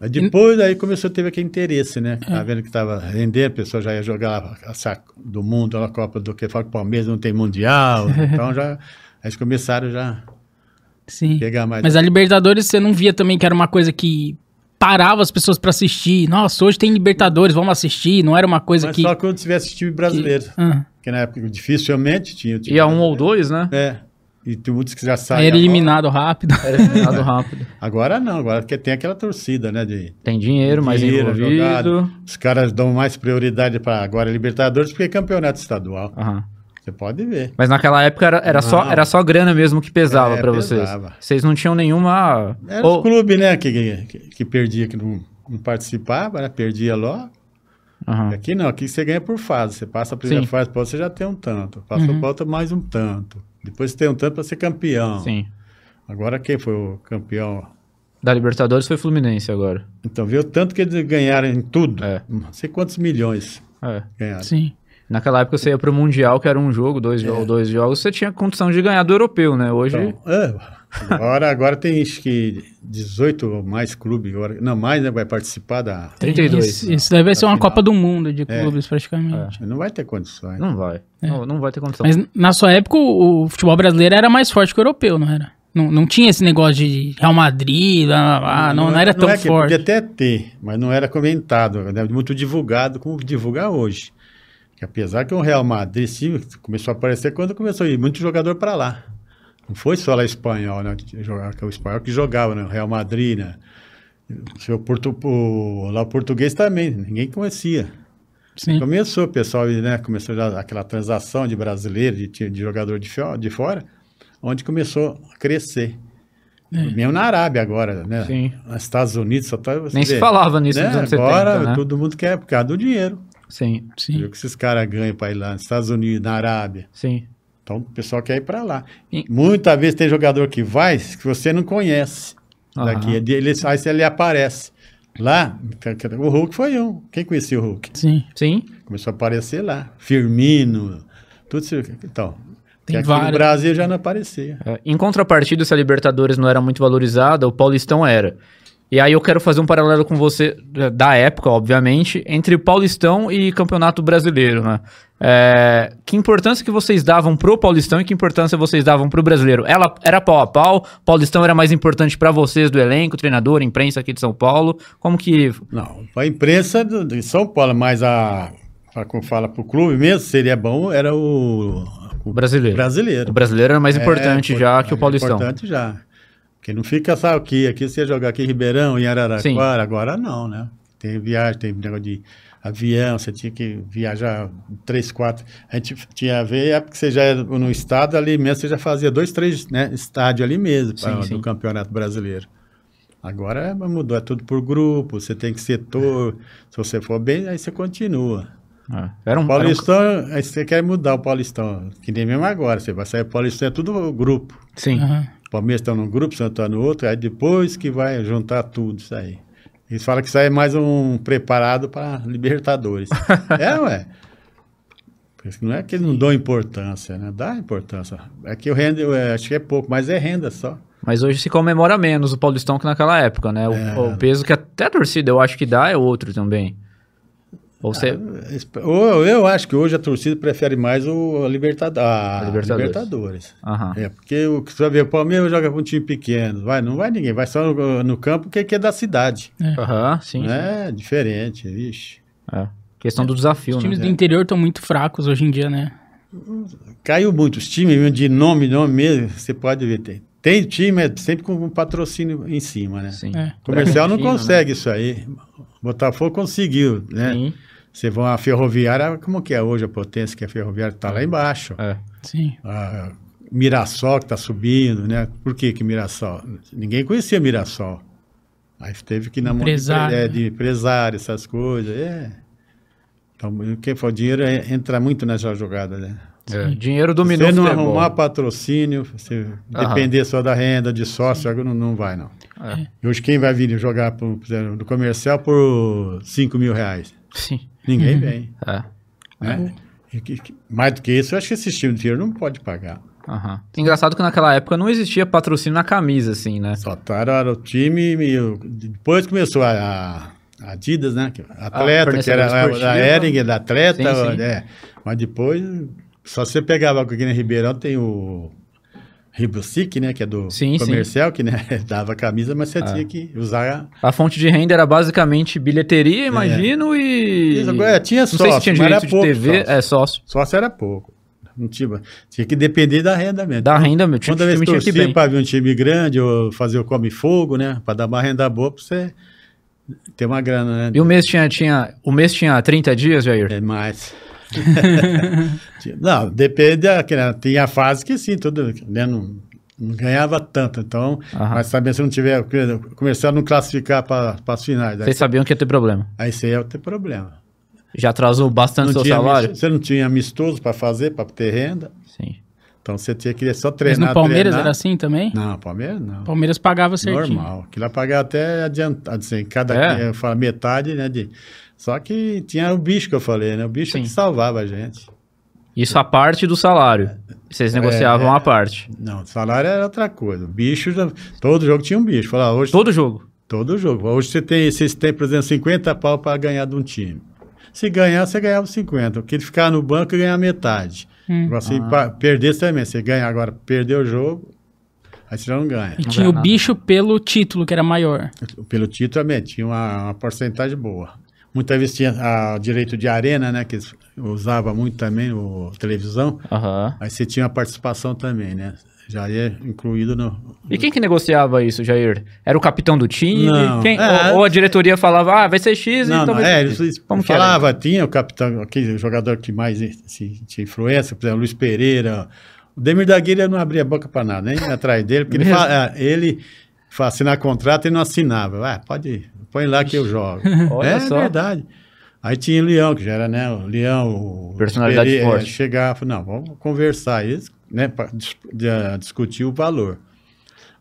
Aí depois aí começou a ter aquele interesse, né? É. Tá vendo que estava rendendo, a pessoa já ia jogar a saco do mundo, a Copa do que fala que o Palmeiras não tem mundial. então já. Eles começaram já. Sim. Pegar mais. Mas a Libertadores você não via também que era uma coisa que parava as pessoas para assistir. Nossa, hoje tem Libertadores, vamos assistir. Não era uma coisa Mas que. Ah, Só quando tivesse time brasileiro. Que, uhum. que na época dificilmente tinha. Ia é um ou dois, né? É. E tem muitos que já saem. Era eliminado tá agora. rápido. É. Era eliminado rápido. Agora não, agora porque tem aquela torcida, né? De, tem dinheiro, mais dinheiro envolvido. Jogado. Os caras dão mais prioridade para agora Libertadores porque é campeonato estadual. Uhum. Você pode ver. Mas naquela época era, era, não. só, era só grana mesmo que pesava é, para vocês. Vocês não tinham nenhuma. Era Ou... o clube, né? Que, que, que perdia, que não, não participava, né, perdia logo. Uhum. Aqui não, aqui você ganha por fase. Você passa a primeira Sim. fase, você já tem um tanto. Passa uhum. outra, mais um tanto. Depois você tem um tanto para ser campeão. Sim. Agora quem foi o campeão? Da Libertadores foi Fluminense agora. Então, viu tanto que eles ganharam em tudo. É. Não sei quantos milhões é. ganharam. Sim. Naquela época você ia pro Mundial, que era um jogo, dois, é. jogos, dois jogos, você tinha condição de ganhar do europeu, né? Hoje. Então, é, agora, agora tem acho que 18 ou mais clubes, não mais, né? Vai participar da. 32. Isso, isso deve ser uma Tá final. Copa do Mundo de clubes, é. praticamente. Não vai ter condições. Não vai. Não, não vai ter Então- condição. Mas na sua época o futebol brasileiro era mais forte que o europeu, não era? Não, não tinha esse negócio de Real Madrid, lá, lá, Ah, não, não, não, era tão é forte. Podia até ter, mas não era comentado, era muito divulgado como divulgar hoje apesar que o Real Madrid sim, começou a aparecer quando começou a ir muito jogador para lá. Não foi só lá espanhol, né? O espanhol que jogava, né? O Real Madrid, né? O, portu... o... lá o português também, ninguém conhecia. Sim. Começou, o pessoal, né? Começou aquela transação de brasileiro, de, de jogador de, fio... de fora, onde começou a crescer. É. Mesmo na Arábia agora, né? Sim. Nos Estados Unidos só tá, Nem vê, se falava nisso né? nos anos agora, 70, né? todo mundo quer por causa do dinheiro. Sim, sim. O que esses caras ganham para ir lá nos Estados Unidos, na Arábia. Sim. Então o pessoal quer ir para lá. Muitas vezes tem jogador que vai que você não conhece. Daqui, ele, ele, aí ele aparece. Lá, o Hulk foi um. Quem conhecia o Hulk? Sim. Sim. Começou a aparecer lá. Firmino, tudo isso. Então, Tem aqui vários. no Brasil já não aparecia. É, Em contrapartida, se a Libertadores não era muito valorizada, o Paulistão era. E aí eu quero fazer um paralelo com você, eh, da época, obviamente, entre Paulistão e Campeonato Brasileiro, né? É, que importância que vocês davam pro Paulistão e que importância vocês davam pro brasileiro? Ela era pau a pau? Paulistão era mais importante pra vocês do elenco, treinador, imprensa aqui de São Paulo? Como que. Não, a imprensa do- de São Paulo, mas a. pra- Como fala para o clube mesmo, seria bom, era o. O brasileiro. O brasileiro. brasileiro era mais importante É, já import- que o Paulistão. Importante já. Porque não fica só aqui, aqui você jogar aqui em Ribeirão, em Araraquara, Sim. agora não, né? Tem viagem, tem negócio de avião, você tinha que viajar três, quatro. A gente tinha a ver, é porque você já era no estado ali mesmo, você já fazia dois, três né, estádios ali mesmo Sim, pra- sim. do Campeonato Brasileiro. Agora é, mas mudou, é tudo por grupo, você tem que setor. Se você for bem, aí você continua. É, Era um, era um- Paulistão, aí você quer mudar o Paulistão, que nem mesmo agora, você vai sair Paulistão, é tudo grupo. Sim. Aham. Palmeiras está num grupo, Santos está no outro, aí depois que vai juntar tudo isso aí. Eles falam que isso aí é mais um preparado para Libertadores. é, ué. Porque Não é que eles não dão importância, né? Dá importância. É que o renda, eu acho que é pouco, mas é renda só. Mas hoje se comemora menos o Paulistão que naquela época, né? O, É. o peso que até a torcida eu acho que dá é outro também. Ou você. Eu, eu acho que hoje a torcida prefere mais o a Libertad- a A Libertadores. Libertadores. Aham. É, porque o que você vai ver, o Palmeiras joga com um time pequeno. Vai, não vai ninguém, vai só no, no campo que que é da cidade. Aham, sim. sim. É diferente, vixe. É. Questão do desafio, Os né? times é. do interior estão muito fracos hoje em dia, né? Caiu muito os times mesmo, de nome, nome mesmo, você pode ver. Tem, tem time, é sempre com um patrocínio em cima, né? Sim. né? É. O comercial não Bragantino, consegue isso aí. Botafogo conseguiu, né? Sim. Você vai a ferroviária, como que é hoje a potência que a ferroviária está lá embaixo. É. Sim. A Mirassol que está subindo, né? Por que que Mirassol? Ninguém conhecia Mirassol. Aí teve que ir na mão de empre- Empresário, é, né? de, empresário, essas coisas, é. Então, quem for dinheiro é- entra muito nessa jogada, né? É. Dinheiro Se dominou você o não futebol. arrumar patrocínio, se Aham. depender só da renda, de sócio, agora não, não vai, não. É. E Hoje quem vai vir jogar por, por exemplo, no comercial por 5 mil reais? Sim. Ninguém vem. É. Né? E que- que- mais do que isso, eu acho que esse time de dinheiro não pode pagar. Aham. Engraçado que naquela época não existia patrocínio na camisa, assim, né? Só tararam o time e o- depois começou a, a Adidas, né? que- Ah, Atleta, que fornecedora era a, a esportiva. Hering, da atleta, né? Sim, sim. né? Mas depois, só você pegava aqui na Ribeirão, tem o Ribosic, né? Que é do Sim, Ah. sim. comercial, que né, dava camisa, mas você tinha que usar. A fonte de renda era basicamente bilheteria, imagino, e. É. Isso, agora tinha não sei se sócio, tinha mas era direito de pouco TV, sócio. é sócio. Só se era pouco. Não tinha, tinha que depender da renda mesmo. Da renda, meu. Tinha, Toda time vez que tinha que ir torcia bem. para ver um time grande ou fazer o come-fogo, né? Para dar uma renda boa para você ter uma grana, né? E o mês tinha, tinha, o mês tinha 30 dias, Jair? É mais. não, depende. da- que, né, Tinha a fase que sim, tudo, né, não, não ganhava tanto. Então, Aham. mas também se não tiver, começar a não classificar para as finais, aí, Vocês sabiam que ia ter problema. aí você ia ter problema. Já atrasou bastante Não Tá seu tinha salário? amistoso- Você não tinha amistoso para fazer, para ter renda. Sim. Então você tinha que só Mas treinar. no Palmeiras treinar. era assim também? Não, Palmeiras não. Palmeiras pagava certinho. Normal. Aquilo apagar até adiantado, assim, cada É. eu falo, metade, né? De... Só que tinha o bicho que eu falei, né? O bicho Sim. que salvava a gente. Isso a parte do salário. É, Vocês negociavam a parte. Não, o salário era outra coisa. O bicho, já- todo jogo tinha um bicho. Falava, hoje, todo... Todo jogo. jogo. Hoje você tem, vocês têm, por exemplo, 50 pau para ganhar de um time. Se ganhar, você ganhava 50. O que ele ficar no banco e ganhar metade. Hum. Agora, se pa- perder, você também. Você ganha agora, perdeu o jogo, aí você já não ganha. E tinha ganha o nada. bicho pelo título, que era maior. pelo título também, tinha uma, uma porcentagem boa. Muitas vezes tinha ah, direito de arena, né? Que eles usava muito também o televisão. Aham. Aí você tinha a participação também, né? Já é incluído no. E quem que negociava isso, Jair? Era o capitão do time? Não. Quem- É. ou, ou a diretoria falava, ah, vai ser X, Não, então não, vai é, ser eles, X. eles Como que era? falava, tinha o capitão, aquele jogador que mais assim, tinha influência, por exemplo, Luiz Pereira. O Demir da Guilha não abria a boca para nada, nem ia atrás dele, porque ele, Mesmo? fa- ah, ele fa- assinar contrato e não assinava. Ah, pode, põe lá que eu jogo. Olha é só. verdade. Aí tinha o Leão, que já era, né? O Leão, o Personalidade Pereira, forte. Chegava, e falava, não, vamos conversar. Eles né, pra dis- de- ah, discutir o valor.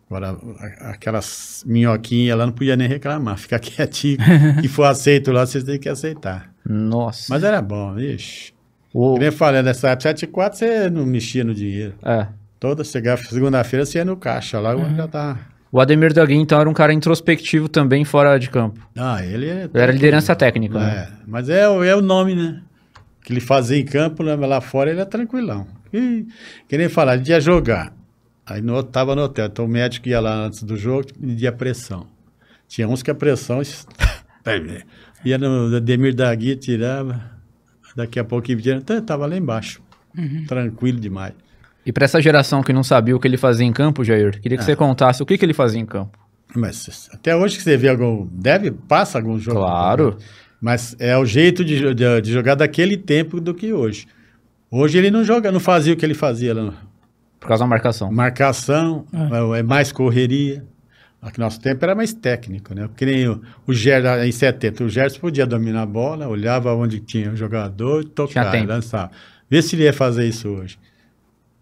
Agora, a- aquelas minhoquinhas lá não podia nem reclamar, ficar quietinho. que for aceito lá, vocês têm que aceitar. Nossa. Mas era bom, ixi. O- Nem falando, nessa época, 74, você não mexia no dinheiro. é. Toda chegava segunda-feira, você ia no caixa lá, Uhum. já tá. O Ademir Doguin, então, era um cara introspectivo também fora de campo. Ah, ele é. Ele era liderança técnica, né? É, mas é, o- é o nome, né? Que ele fazia em campo, né? Mas lá fora ele é tranquilão. E, que nem falar, ele ia jogar. Aí no, tava no hotel, então o médico ia lá antes do jogo e media a pressão. Tinha uns que a pressão... es- ia no Demir Dagui, tirava. Daqui a pouco ia... Até tava lá embaixo. Tranquilo demais. E pra essa geração que não sabia o que ele fazia em campo, Jair, queria que você contasse o que, que ele fazia em campo. Mas até hoje que você vê algum... Deve, passa algum jogo. Claro. Mas é o jeito de, jo- de- de jogar daquele tempo do que hoje. Hoje ele não joga, não fazia o que ele fazia. lá. Por causa da marcação. Marcação, é, é mais correria. Aqui nosso tempo era mais técnico, né? Porque nem o, o Gerson, ah, em 70, o Gerson podia dominar a bola, olhava onde tinha o jogador, Tinha tocava, tempo. lançava. Vê se ele ia fazer isso hoje.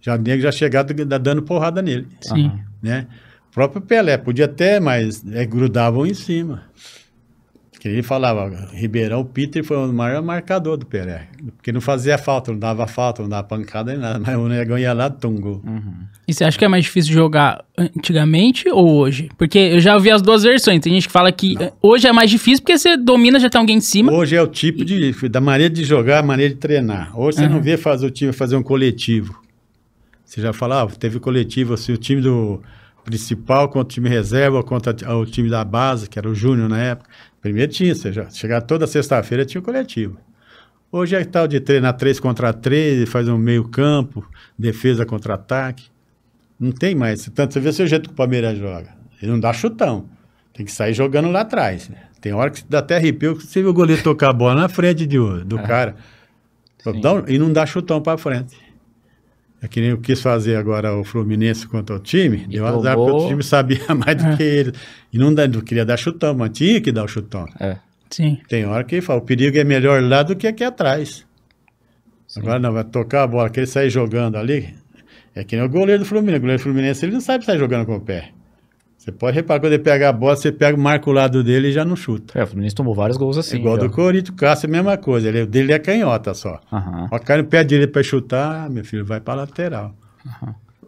Já o nego já chegava d- dando porrada nele, Sim. Aham. né? O próprio Pelé podia até, mas é, grudavam em cima. Que ele falava, Ribeirão Peter foi o maior marcador do Pelé. Porque não fazia falta, não dava falta, não dava pancada nem nada, mas o negão ia lá, tungo. E você acha que é mais difícil jogar antigamente ou hoje? Porque eu já ouvi as duas versões. Tem gente que fala que eh, hoje é mais difícil porque você domina, já tem alguém em cima. Hoje é o tipo de da maneira de jogar, a maneira de treinar. Hoje você não vê fazer o time fazer um coletivo. Você já falava, teve coletivo, assim, o time do principal contra o time reserva, contra a- o time da base, que era o Júnior na época. Primeiro tinha, você já chegava toda sexta-feira tinha o coletivo. Hoje é tal de treinar três contra três, faz um meio campo, defesa contra ataque. Não tem mais. Tanto você vê seu jeito que o Palmeiras joga. Ele não dá chutão. Tem que sair jogando lá atrás. né? Tem hora que dá até arrepio que você vê o goleiro tocar a bola na frente de o- do cara. Só dá um- e não dá chutão pra frente. É que nem eu quis fazer agora o Fluminense contra o time. deu azar tomou. porque o time sabia mais do que ele. E não, dá, não queria dar chutão, mas tinha que dar o chutão. É. Sim. Tem hora que fala, o perigo é melhor lá do que aqui atrás. Agora não, vai tocar a bola, que ele sair jogando ali, é que nem o goleiro do Fluminense. O goleiro do Fluminense, ele não sabe sair jogando com o pé. Você pode reparar, quando ele pega a bola, você pega, marca o lado dele e já não chuta. É, o Fluminense tomou vários gols assim. Igual já. do Corinthians, o Cássio é a mesma coisa, ele, o dele é canhota só. Aham. Ó, cai no pé direito pra chutar, meu filho, vai pra lateral.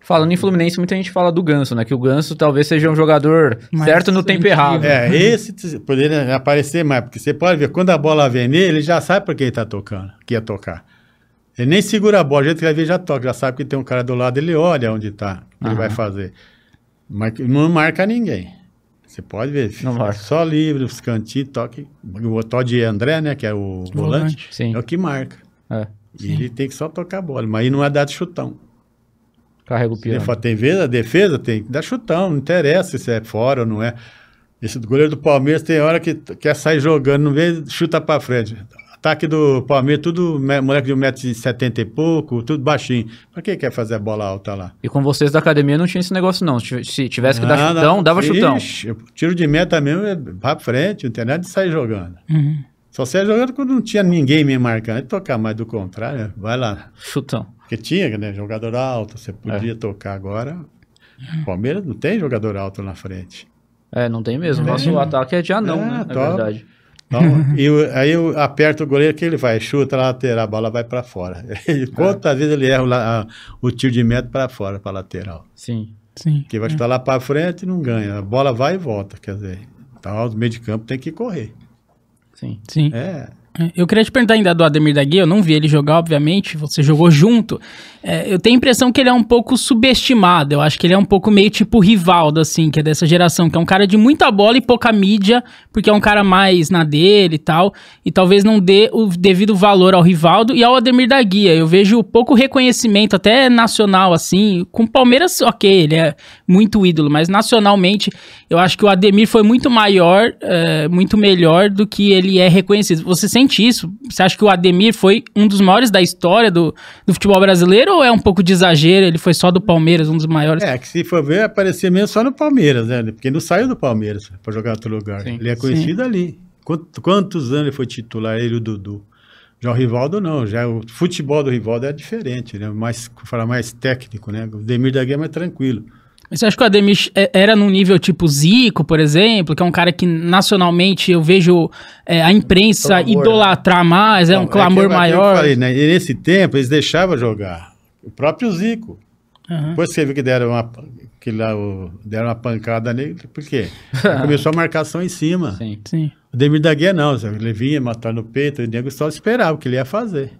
Falando em Fluminense, muita gente fala do Ganso, né? Que o Ganso talvez seja um jogador Mas certo no tempo antigo. errado. É, esse t- poderia aparecer mais, porque você pode ver, quando a bola vem nele, ele já sabe para quem ele tá tocando, que ia tocar. Ele nem segura a bola, do jeito que ele vê, já toca, já sabe que tem um cara do lado, ele olha onde tá, o que ele vai fazer. Mas não marca ninguém. Você pode ver. Não marca. Só livre, os cantinhos, toque. O Todd André, né, que é o volante, Sim. é o que marca. É. E ele tem que só tocar a bola, mas aí não é dado chutão. Carrega o Ele piano. fala, Tem vez a defesa tem que dar chutão, não interessa se é fora ou não é. Esse goleiro do Palmeiras tem hora que t- quer sair jogando, não vê, chuta pra frente. Ataque do Palmeiras, tudo me- moleque de 1,70m e pouco, tudo baixinho. Pra que quer fazer a bola alta lá? E com vocês da academia não tinha esse negócio, não. Se tive- se tivesse que dar Nada. chutão, dava chutão. Ixi, Tiro de meta mesmo, é pra frente, não tem nada de sair jogando. Uhum. Só saia jogando quando não tinha ninguém me marcando. E tocar mais do contrário, né? vai lá. Chutão. Porque tinha, né? Jogador alto, você É. podia tocar agora. Palmeiras não tem jogador alto na frente. É, não tem mesmo. Nosso ataque é de anão, É, né? Na top. verdade. Então, e o- aí eu aperto o goleiro que ele vai, chuta na lateral, a bola vai para fora. E É. Quantas vezes ele erra o, la- a- o tiro de meta para fora, para lateral? Sim. Sim. Porque vai É. chutar lá para frente e não ganha. A bola vai e volta, quer dizer. Então, os meio de campo tem que correr. Sim. Sim. É. É, Eu queria te perguntar ainda do Ademir Dagui, eu não vi ele jogar, obviamente, você jogou junto. É, eu tenho a impressão que ele é um pouco subestimado, eu acho que ele é um pouco meio tipo Rivaldo, assim, que é dessa geração, que é um cara de muita bola e pouca mídia, porque é um cara mais na dele e tal, e talvez não dê o devido valor ao Rivaldo e ao Ademir Dagui. Eu vejo pouco reconhecimento, até nacional, assim, com o Palmeiras, ok, ele é muito ídolo, mas nacionalmente eu acho que o Ademir foi muito maior, é, muito melhor do que ele é reconhecido. Você sente isso? Você acha que o Ademir foi um dos maiores da história do, do futebol brasileiro ou é um pouco de exagero? Ele foi só do Palmeiras, um dos maiores? É, que se for ver, aparecia mesmo só no Palmeiras, né? Porque não saiu do Palmeiras para jogar em outro lugar. Sim. Ele é conhecido ali. Quant- Quantos, anos ele foi titular, ele e o Dudu? Já o Rivaldo não, já o futebol do Rivaldo é diferente, né? Mais, falar mais técnico, né? O Demir da Guerra é tranquilo. Mas você acha que o Ademir é- era num nível tipo Zico, por exemplo, que é um cara que nacionalmente eu vejo é, a imprensa Clamor, né? idolatrar mais, é um Não, clamor que- que eu maior? falei, né? E nesse tempo eles deixavam jogar. O próprio Zico. Aham. Depois que você viu que deram uma, que lá, o- deram uma pancada nele, por quê? Aí Começou a marcação em cima. Sim. Sim. O Demir da Guia não, sabe? ele vinha matar no peito, o nego só esperava o que ele ia fazer.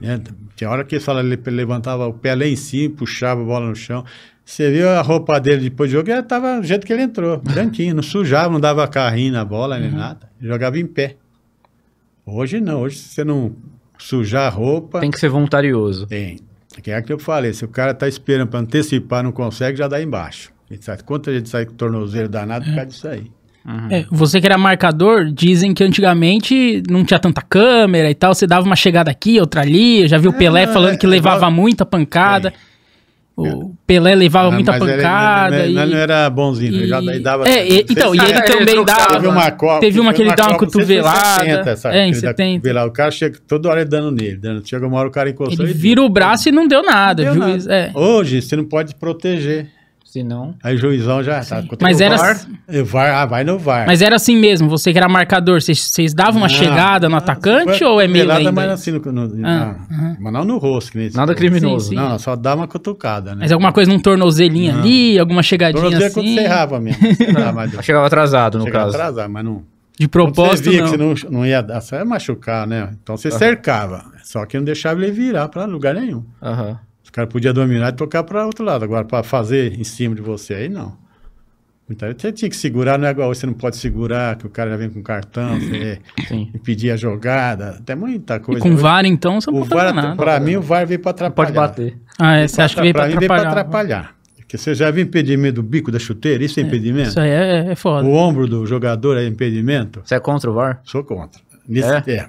Né? Tinha hora que ele fala, ele levantava o pé lá em cima, puxava a bola no chão. Você viu a roupa dele depois do jogo, ela tava do jeito que ele entrou, branquinho, não sujava, não dava carrinho na bola Uhum. nem nada, jogava em pé. Hoje não, hoje se você não sujar a roupa, Tem que ser voluntarioso. tem. Que é que eu falei, se o cara tá esperando para antecipar, não consegue, já dá embaixo. Ele sai- Quanta gente sai com o tornozeiro danado por causa disso aí. É, você que era marcador, dizem que antigamente não tinha tanta câmera e tal, você dava uma chegada aqui, outra ali, eu já vi o É, Pelé não, falando é- que é levava igual- muita pancada. O Pelé levava Ah, muita mas ele pancada. não, é- não- e- não era bonzinho, ele já daí dava. É, e- então, e Ele ele saía, também ele trocava, dava. teve uma Copa. teve uma que ele dá uma Copa, não sei se foi em cotovelada. 70, sabe? É, em Ele dá 70. cotovelada, O cara chega toda hora ele dando nele. Dando, chega uma hora o cara encostou. Ele vira o braço e não deu nada. Deu juiz, nada. é. Hoje você não pode proteger. Se não. Aí o juizão já tá. contra Mas o era- VAR, eh, VAR, ah, vai no VAR. Mas era assim mesmo, você que era marcador, vocês- vocês davelem uma Não, chegada no não, atacante foi ou é meio cotovelada, lenda? Mas, Mas, assim, no, no, Ah, na- mas não no rosto. Que nem Nada crime. Sim, criminoso. sim. Não, só dá uma cutucada, né? alguma coisa num tornozelinho ali, alguma chegadinha Tornozeiro é quando é um assim, você errava mesmo. Você errava, mas Eu chegava atrasado, no chega caso. atrasar, mas não. de Quando propósito você via não. que você não, não ia dar, você ia machucar, né? Então você cercava. Só que não deixava ele virar para lugar nenhum. Aham. Os caras podiam dominar e tocar para outro lado. Agora, para fazer em cima de você, aí não. Então você tinha que segurar, não é igual hoje, você não pode segurar, que o cara já vem com cartão, você Sim. impedir a jogada, tem muita Uhum. E coisa. com Hoje, VAR então, você não né? o pode fazer VAR, nada. né? para mim, o VAR veio para Não atrapalhar. pode bater. Ah, é, você acha que veio pra Pra mim, veio atrapalhar. né? atrapalhar. Porque você já viu impedimento do bico da chuteira, isso é impedimento? Isso aí é, é foda. O ombro do jogador é impedimento? Você é contra o VAR? Sou contra. Nisso, É? é?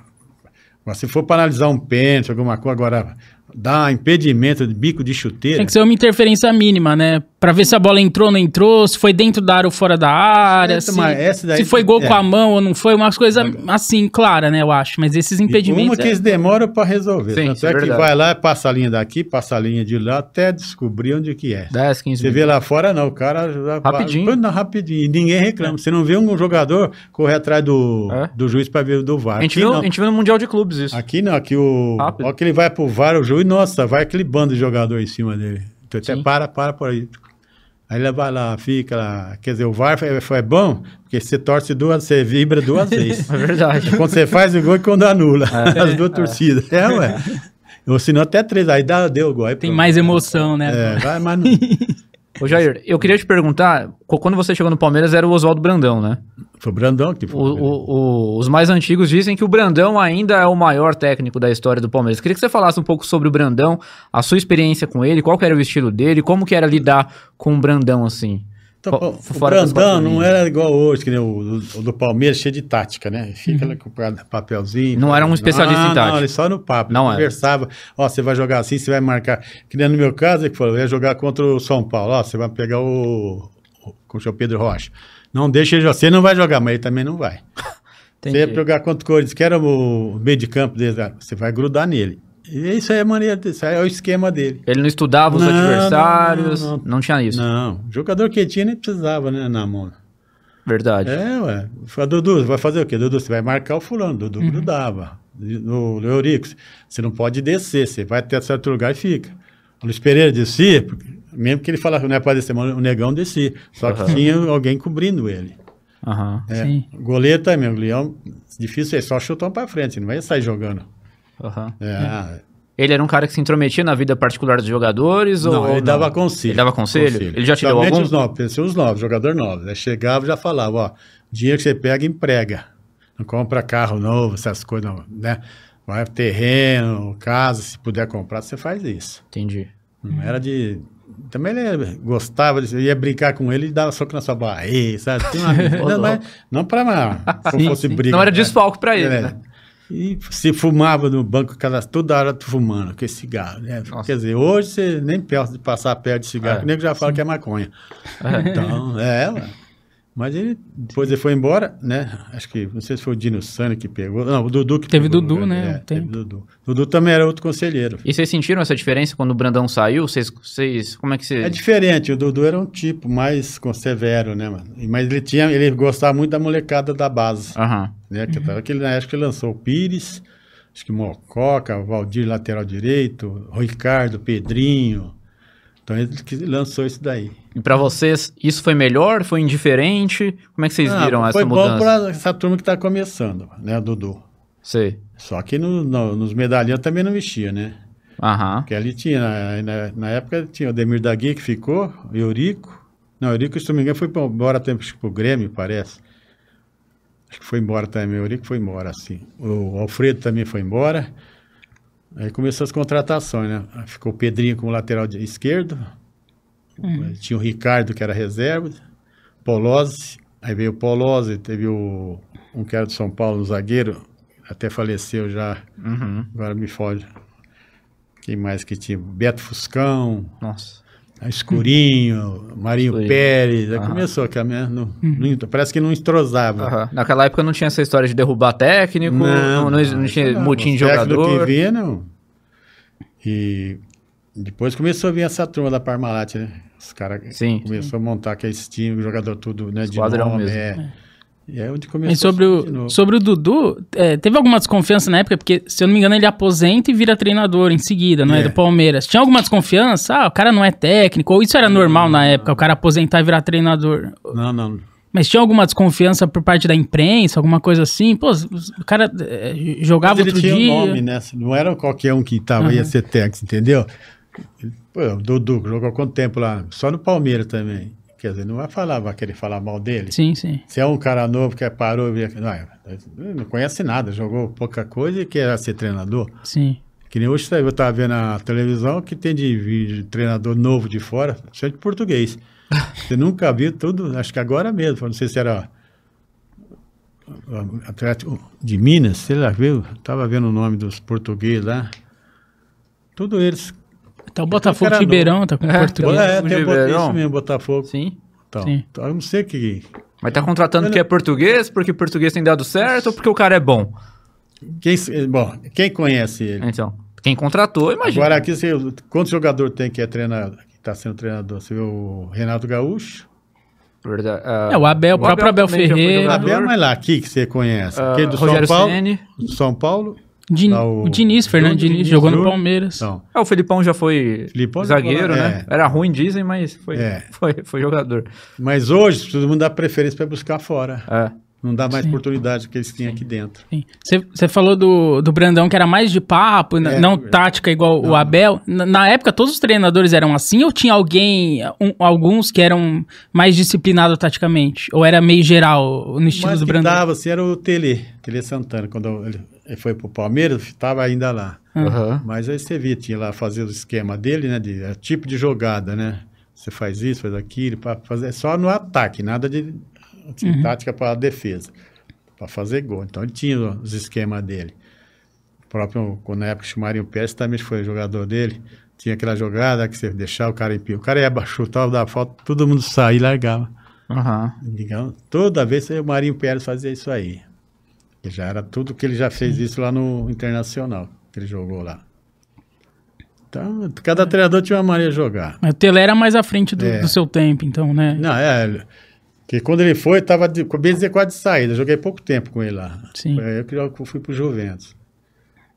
Mas se for para analisar um pênalti, alguma coisa, agora dá impedimento de bico de chuteira. Tem que ser uma interferência mínima, né? Pra ver se a bola entrou ou não entrou, se foi dentro da área ou fora da área, Certo, se, mas essa daí- se foi gol é. com a mão ou não foi, umas coisas assim, clara, né, eu acho. Mas esses E impedimentos... é, Uma que eles demoram para resolver. Sim, isso Tanto é é, que verdade. vai lá, passa a linha daqui, passa a linha de lá, até descobrir onde que é. 10, 15 Você vê lá fora, não, o cara... já- Rapidinho. Pô, não, rapidinho. E ninguém reclama. Você não vê um jogador correr atrás do, É? do juiz para ver o do VAR. A gente, um- Aqui viu, não. a gente viu no Mundial de Clubes isso. Aqui não, aqui o. Rápido. Ó, que ele vai pro VAR, o juiz, nossa, vai aquele bando de jogador em cima dele. Tu até Sim. para, para por aí. Aí ele vai lá, fica lá. Quer dizer, o VAR foi, foi bom, porque você torce duas, você vibra duas vezes. É verdade. quando você faz o gol e quando anula. É. As duas torcidas. É, ué. Ou se não, até três. Aí dá, deu o gol. Aí Tem pronto. mais emoção, né? É, vai, mas não. Ô Jair, eu queria te perguntar, co- quando você chegou no Palmeiras era o Oswaldo Brandão, né? Foi o Brandão que O- foi. o- o- os mais antigos dizem que o Brandão ainda é o maior técnico da história do Palmeiras. Queria que você falasse um pouco sobre o Brandão, a sua experiência com ele, qual que era o estilo dele, como que era lidar com o Brandão assim. Então, Fo- pô, o fora das Brandão quatro não linhas. era igual hoje, que nem o, do- o do Palmeiras, cheio de tática, né? Fica lá com o papelzinho. Uhum. Ah, Não era um especialista em Não, tática. Não, ele só no papo. Não Não era. conversava. Ó, você vai jogar assim, você vai marcar. Que nem no meu caso, ele falou, eu ia jogar contra o São Paulo. Ó, você vai pegar o, o, com o João Pedro Rocha. Não deixa ele jogar. Você não vai jogar, mas ele também não vai. Você ia jogar contra o Corinthians, que era o meio de campo dele, ah, você vai grudar nele. E isso aí é a maneira, dele, isso aí é o esquema dele. Ele não estudava os Não, adversários, não, não, não, não. tinha isso. Não, jogador que tinha nem precisava, né, na mão. Verdade. É, ué. Fala, Dudu, vai fazer o quê? Dudu, você vai marcar o fulano. Dudu grudava. O Leorix, você não pode descer, você vai até certo lugar e fica. O Luiz Pereira descia, porque- mesmo que ele falasse que não é para descer, mas o negão descia. Só que Aham. tinha alguém cobrindo ele. Aham. É. Sim. Goleiro também, o Leão, difícil é só chutar para frente, não vai sair jogando. aham. É, ah, Ele era um cara que se intrometia na vida particular dos jogadores ou Não, ele ou dava conselho. Ele dava conselho? Ele já te deu Principalmente algum? os novos, pensei os novos, jogador novo. Né? Chegava e já falava, ó, dinheiro que você pega, emprega. Não compra carro novo, essas coisas, não, né? Vai pro terreno, casa, se puder comprar, você faz isso. Entendi. Não era de... Também ele gostava, de, eu ia brincar com ele e dava soco na sua barriga, sabe? Tinha uma- não, mas não pra... Como Sim, fosse sim. briga. não era né? desfalque pra ele, É. né? E se fumava no banco, cada, toda hora tu fumando, que cigarro. né? Nossa. Quer dizer, hoje você nem pensa de passar perto de cigarro, É. o nego já fala que é maconha. Então, é, ué. Mas ele, depois ele foi embora, né? Acho que, não sei se foi o Dino Sano que pegou. Não, o Dudu que Teve pegou, Dudu, na verdade. né, É, um teve tempo. Dudu. Dudu também era outro conselheiro. E vocês sentiram essa diferença quando o Brandão saiu? Vocês, vocês como é que É vocês... diferente, o Dudu era um tipo mais com- severo, né, mano? E- Mas ele tinha, ele gostava muito da molecada da base, Aham. né? Que tava aquele, na época que ele lançou o Pires, acho que Mococa, Valdir lateral direito, Ricardo, Pedrinho. Então ele que lançou isso daí. E pra vocês, isso foi melhor? Foi indiferente? Como é que vocês Ah, viram essa foi mudança? bom pra essa turma que tá começando, né, Dudu? Sei. Só que no- no- nos medalhões também não mexia, né? Aham. Porque ali tinha, na, na- na época tinha o Demir Dagui que ficou, o Eurico. Não, o Eurico, se não me engano, foi pra- embora tempo pro Grêmio, parece. Acho que foi embora também, o Eurico foi embora, assim. O Alfredo também foi embora. Aí começou as contratações, né? Aí Ficou o Pedrinho como lateral de- esquerdo. Aí Tinha o Ricardo, que era reserva. Polozzi. Aí veio o Polozzi, teve o... Um que era de São Paulo, um zagueiro. Até faleceu já. Uhum. Agora me foge. Quem mais que tinha? Beto Fuscão, Nossa. Escurinho, Marinho Uhum. Escurinho. Ah. Uhum. Pérez. Aí Aham. começou que a minha, não, não- parece que não entrosava. Aham. Naquela época não tinha essa história de derrubar técnico, não, Ah. não, não tinha não, motim de os técnicos jogador. que vinha, não. E depois começou a vir essa turma da Parmalat, né? Os caras Sim, começou a montar aquele time, jogador tudo, né? Esquadrão de nome, mesmo. É. E aí onde começou E sobre de o, novo. sobre o Dudu, é, teve alguma desconfiança na época? Porque, se eu não me engano, ele aposenta e vira treinador em seguida, não é? É. Do Palmeiras. Tinha alguma desconfiança? Ah, o cara não é técnico. Ou isso era normal na época, o cara aposentar e virar treinador. Não, não. Mas tinha alguma desconfiança por parte da imprensa, alguma coisa assim? Pô, o cara é, jogava Mas ele outro tinha dia. um nome, né? Não era qualquer um que tava, ia ser técnico, entendeu? Pô, o Dudu jogou quanto tempo lá? Só no Palmeiras também. Quer dizer, não vai falar, vai querer falar mal dele. Sim, sim. Se é um cara novo que parou, e veio aqui, não, não conhece nada, jogou pouca coisa e quer ser treinador. Sim. Que nem hoje eu estava vendo na televisão que tem de, vídeo de treinador novo de fora, só de português. Você nunca viu tudo, acho que agora mesmo, não sei se era ah, Atlético de Minas, sei lá, viu? Tava vendo o nome dos portugueses lá. Tudo eles. Então o Botafogo cara de Ribeirão tá com É, português. então é, o tem o Ribeirão. Bota- isso mesmo, Botafogo. Sim. Então, Sim. então, eu não sei que Mas tá contratando porque é português, porque português tem dado certo ou porque o cara é bom? quem, bom, quem conhece ele. Então, quem contratou, imagina. Agora aqui, você, quantos jogador tem que é treinado, que está sendo treinador? Você vê o Renato Gaúcho? Verdade, ah, É, o Abel, o próprio Abel também já foi Ferreira. jogador. Abel, mas lá, aqui que você conhece. Ah, Aquele do Rogério São Paulo. Ceni. São Paulo. Din- lá o, Diniz, Fernando Júnior, Diniz, jogou no Júnior. Palmeiras. Então, Ah, o Felipão já foi Felipão já zagueiro, foi lá, né? Era ruim, dizem, mas foi, É. foi, foi jogador. mas hoje, todo mundo dá preferência para buscar fora. É. Não dá mais oportunidade que eles tinham aqui dentro. Você falou do, do Brandão que era mais de papo, n- É, não é. tática igual o Abel. Na, na época, todos os treinadores eram assim ou tinha alguém, um- alguns que eram mais disciplinados taticamente? Ou era meio geral no estilo Mas do que Brandão? dava, assim, era o Tele, Tele Santana. Quando ele ele foi pro Palmeiras, estava ainda lá. É. Aham. Mas aí você via, tinha lá fazer o esquema dele, né? De, é, tipo de jogada, né? Você faz isso, faz aquilo, para fazer é só no ataque, nada de assim, tática para defesa, para fazer gol. Então ele tinha os esquemas dele. O próprio, quando na época o Marinho Pérez também foi jogador dele, tinha aquela jogada que você deixava o cara empilhar. O cara ia ba- chutar, dar falta, todo mundo saía e largava. Aham. Então, toda vez o Marinho Pérez fazia isso aí. Que já era tudo que ele já fez Hum. isso lá no Internacional, que ele jogou lá. Então, cada treinador tinha uma maneira de jogar. O Tele era mais à frente do, É. do seu tempo, então, né? Não, é. ele- Que quando ele foi, estava de, com- bem dizer, quase de saída. Eu Joguei pouco tempo com ele lá. Sim. Foi aí eu que eu fui pro Juventus.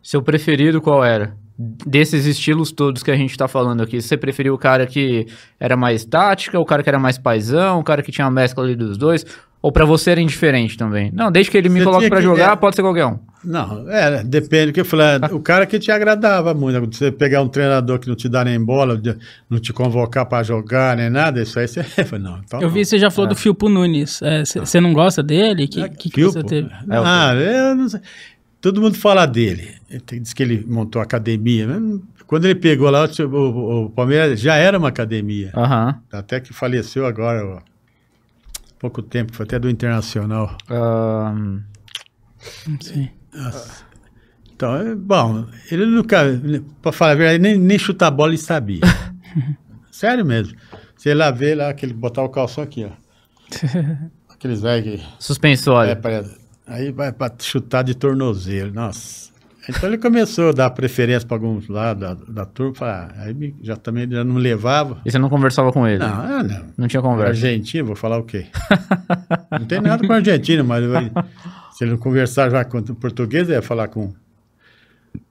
Seu preferido qual era? Desses estilos todos que a gente tá falando aqui, você preferiu o cara que era mais tática, o cara que era mais paizão, o cara que tinha uma mescla ali dos dois? Ou pra você era indiferente também? Não, desde que ele me Você coloque tinha pra que- jogar, é. pode ser qualquer um. Não, é, depende do que eu falei. O cara que te agradava muito. Você pegar um treinador que não te dá nem bola, de- não te convocar para jogar, nem nada, isso aí você. Não, então Eu não. vi, você já falou do Filpo Nunes. Você não gosta dele? Que, Ah, que, que você Filpo? teve? É, o Ah, eu não sei. Todo mundo fala dele. Ele tem- Diz que ele montou a academia. né? Quando ele pegou lá, o, o- o Palmeiras já era uma academia. Aham. Até que faleceu agora, ó, pouco tempo, foi até do Internacional. Ahn, Não sei. Então, é, bom, ele nunca, para falar a verdade, nem, nem chutar bola ele sabia. Sério mesmo. Você lá vê lá, aquele botar o calção aqui, ó. Aqueles velhos que. Suspensório. É, pra- aí vai para chutar de tornozelo, nossa. Então ele começou a dar preferência para alguns lá da, da turma, falar, aí me- já também já não levava. E você não conversava com ele? Não, ah, não. Não tinha conversa. Argentina, vou falar o quê? não tem nada com a Argentina, mas eu- se ele não conversar já com o português, eu ia falar com.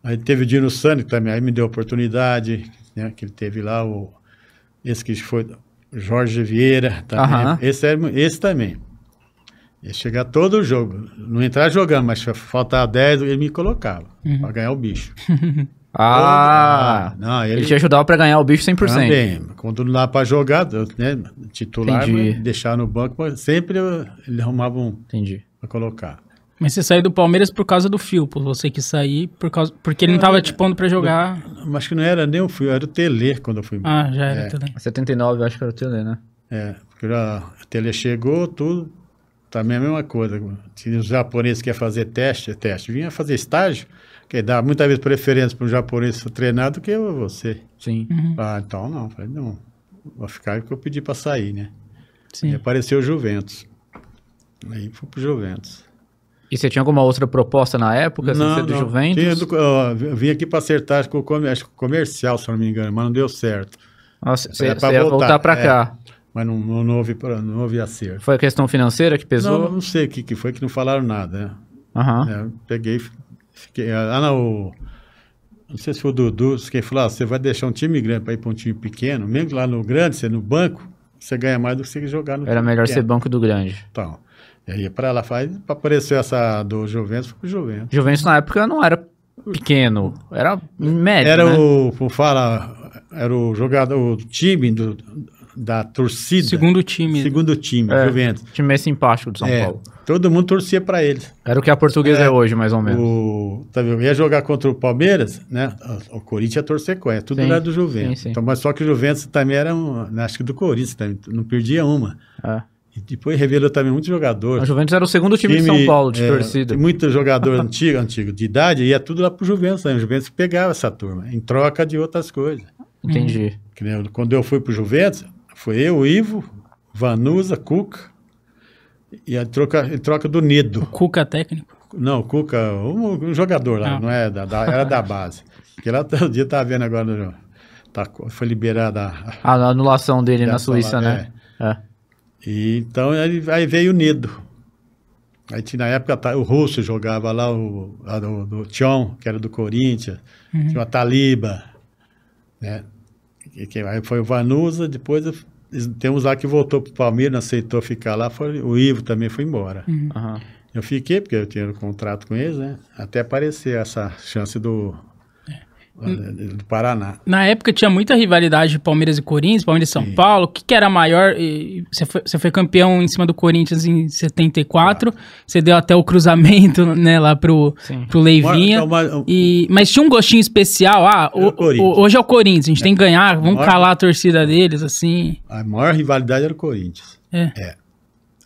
Aí teve o Dino Sani também, aí me deu a oportunidade, né, que ele teve lá, o, esse que foi Jorge Vieira também. Aham. Esse, era, mu- esse também. Ia chegar todo o jogo. Não entrar jogando, mas faltava 10, ele me colocava pra ganhar o bicho. Uhum. Ah! não, Ele te ajudava pra ganhar o bicho 100%. também, quando não dá para jogar, né, titular, Entendi. mas deixar no banco, mas sempre eu- ele arrumava um Entendi. para colocar. Mas você saiu do Palmeiras por causa do fio, por você que sair, por causa... porque É. ele não tava te pondo pra jogar. Mas que não era nem o fui, era o Tele quando eu fui embora. Ah, já era também. 79, eu acho que era o teu, né? É, porque já, o Tele chegou, tudo, também é a mesma coisa. Tinha os japoneses que iam fazer teste, teste, vinha fazer estágio, que dá muitas vezes preferência para um japonês treinado que eu, você. Sim. Ah, então não, falei, não, vou ficar porque eu pedi para sair, né? E Sim. apareceu o Juventus. Aí fui pro Juventus. E você tinha alguma outra proposta na época? assim, você é do Juventus? Tinha do- ó, eu vim aqui para acertar com o comer- acho que com o comercial, se eu não me engano, mas não deu certo. Nossa, você, Era pra você ia voltar, voltar, pra é. cá. Mas não, não, não houve, pra- não houve acerto. Foi a questão financeira que Não, pesou? não sei o que, que foi, que não falaram nada. Né? Aham. É, eu peguei, fiquei. Ah, não, o- não sei se foi o Dudu, quem falou: ah, você vai deixar um time grande para ir para um time pequeno, mesmo que lá no grande, você no banco, você ganha mais do que você jogar no Era time melhor ser pequeno. banco do grande. Então, e aí para lá, faz, apareceu essa do Juventus, foi pro Juventus. Juventus na época não era pequeno, era médio. Era né? o, como fala, era o jogador, o time do, da torcida. Segundo time. é. Segundo time, É. Juventus. time meio simpático do São É, Paulo. todo mundo torcia para eles. Era o que a portuguesa é, hoje, mais ou menos. O, tá vendo? Ia jogar contra o Palmeiras, né? O Corinthians ia torcer com ela, tudo Sim, era do Juventus. sim, sim. Então, mas só que o Juventus também era, um, acho que do Corinthians também, não perdia uma. É. E depois revelou também muitos A jogadores. Juventus era o segundo time, de São Paulo, de é, torcida. tem Muito jogador antigo, antigo, de idade, ia tudo lá pro Juventus, né? O Juventus pegava essa turma, em troca de outras coisas. Entendi. Que nem eu- quando eu fui pro Juventus, foi eu, Ivo, Vanusa, Cuca, e a troca, em troca do Nido. Cuca técnico. Não, o Cuca, um, um jogador lá, Ah. não é da, da- era da base. Porque lá todo dia tava vendo agora, no- tá, co- foi liberada. a- A anulação dele na Dessa tá lá, Suíça, né? É. E, então aí, aí veio o Nido. Aí tinha, na época tá, o Russo jogava lá, o, lá do, do Tchon, que era do Corinthians, tinha o Taliba, né? E quem- aí foi o Vanusa, depois eles- tem uns lá que voltou pro Palmeiras, não aceitou ficar lá, foi, o Ivo também foi embora. Aham. Eu fiquei, porque eu tinha um contrato com eles, né? Até aparecer essa chance do, do Paraná. Na época tinha muita rivalidade de Palmeiras e Corinthians, Palmeiras e São Paulo. O que, que era maior? E- e Você foi, você foi campeão em cima do Corinthians em 74. Você deu até o cruzamento, né, lá pro, Sim. pro Leivinha. Uma- é uma- E- mas tinha um gostinho especial. Ah, o- Era o Corinthians. o- hoje é o Corinthians, a gente tem que ganhar, vamos Maior- calar a torcida deles, assim. A maior rivalidade era o Corinthians. É.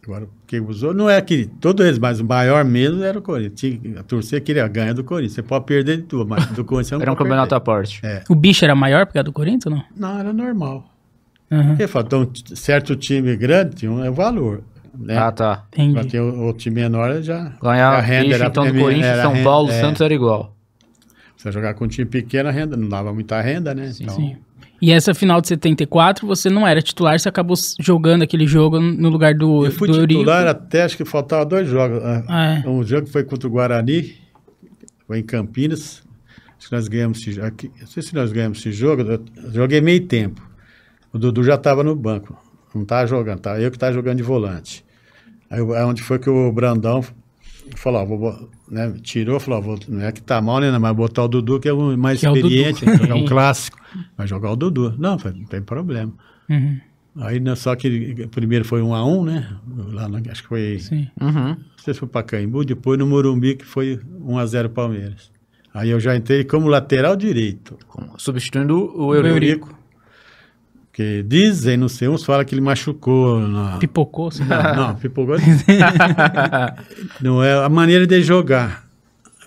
Agora, quem usou, não é que todos eles, mas o maior mesmo era o Corinthians. Tinha- A torcida queria ganhar do Corinthians. Você pode perder de tudo, mas do Corinthians você não Era um pode campeonato à perder. parte. É. O bicho era maior por causa do Corinthians ou não? Não, era normal. Aham, Porque faltou um t- certo time grande, tinha um valor. Né? Ah, tá. entendi. Mas tinha o, o time menor já. Ganhar a renda bicho, era- então, do era- Corinthians, era São renda- Paulo, é. Santos era igual. Você jogar com um time pequeno, a renda não dava muita renda, né? então, Sim. E essa final de 74, você não era titular, você acabou s- jogando aquele jogo no lugar do Eu fui do Eurico. titular até acho que faltava dois jogos. Ah, Ah, é. Um jogo que foi contra o Guarani, foi em Campinas. Acho que nós ganhamos esse jogo. Não sei se nós ganhamos esse jogo. eu- eu joguei meio tempo. O Dudu já estava no banco. Não estava jogando, tá? Eu que estava jogando de volante. Aí, eu- aí onde foi que o Brandão falou, ó, vou, bo- né, tirou, falou, ó, vou, não é que tá mal, né, mas botar o Dudu, que é o mais Que é o Dudu. experiente, vai jogar um clássico, vai jogar o Dudu. Não, falei, não tem problema. Uhum, Aí, né, só que primeiro foi um a um, né? Lá na- acho que foi. sim. Uhum. Não sei se foi para Caimbu, depois no Morumbi, que foi 1 a 0 Palmeiras. Aí eu já entrei como lateral direito. Substituindo o Eurico. Porque dizem, não sei, uns falam que ele machucou. Na... Pipocou, sei lá. Não, não, pipocou. não é a maneira de jogar.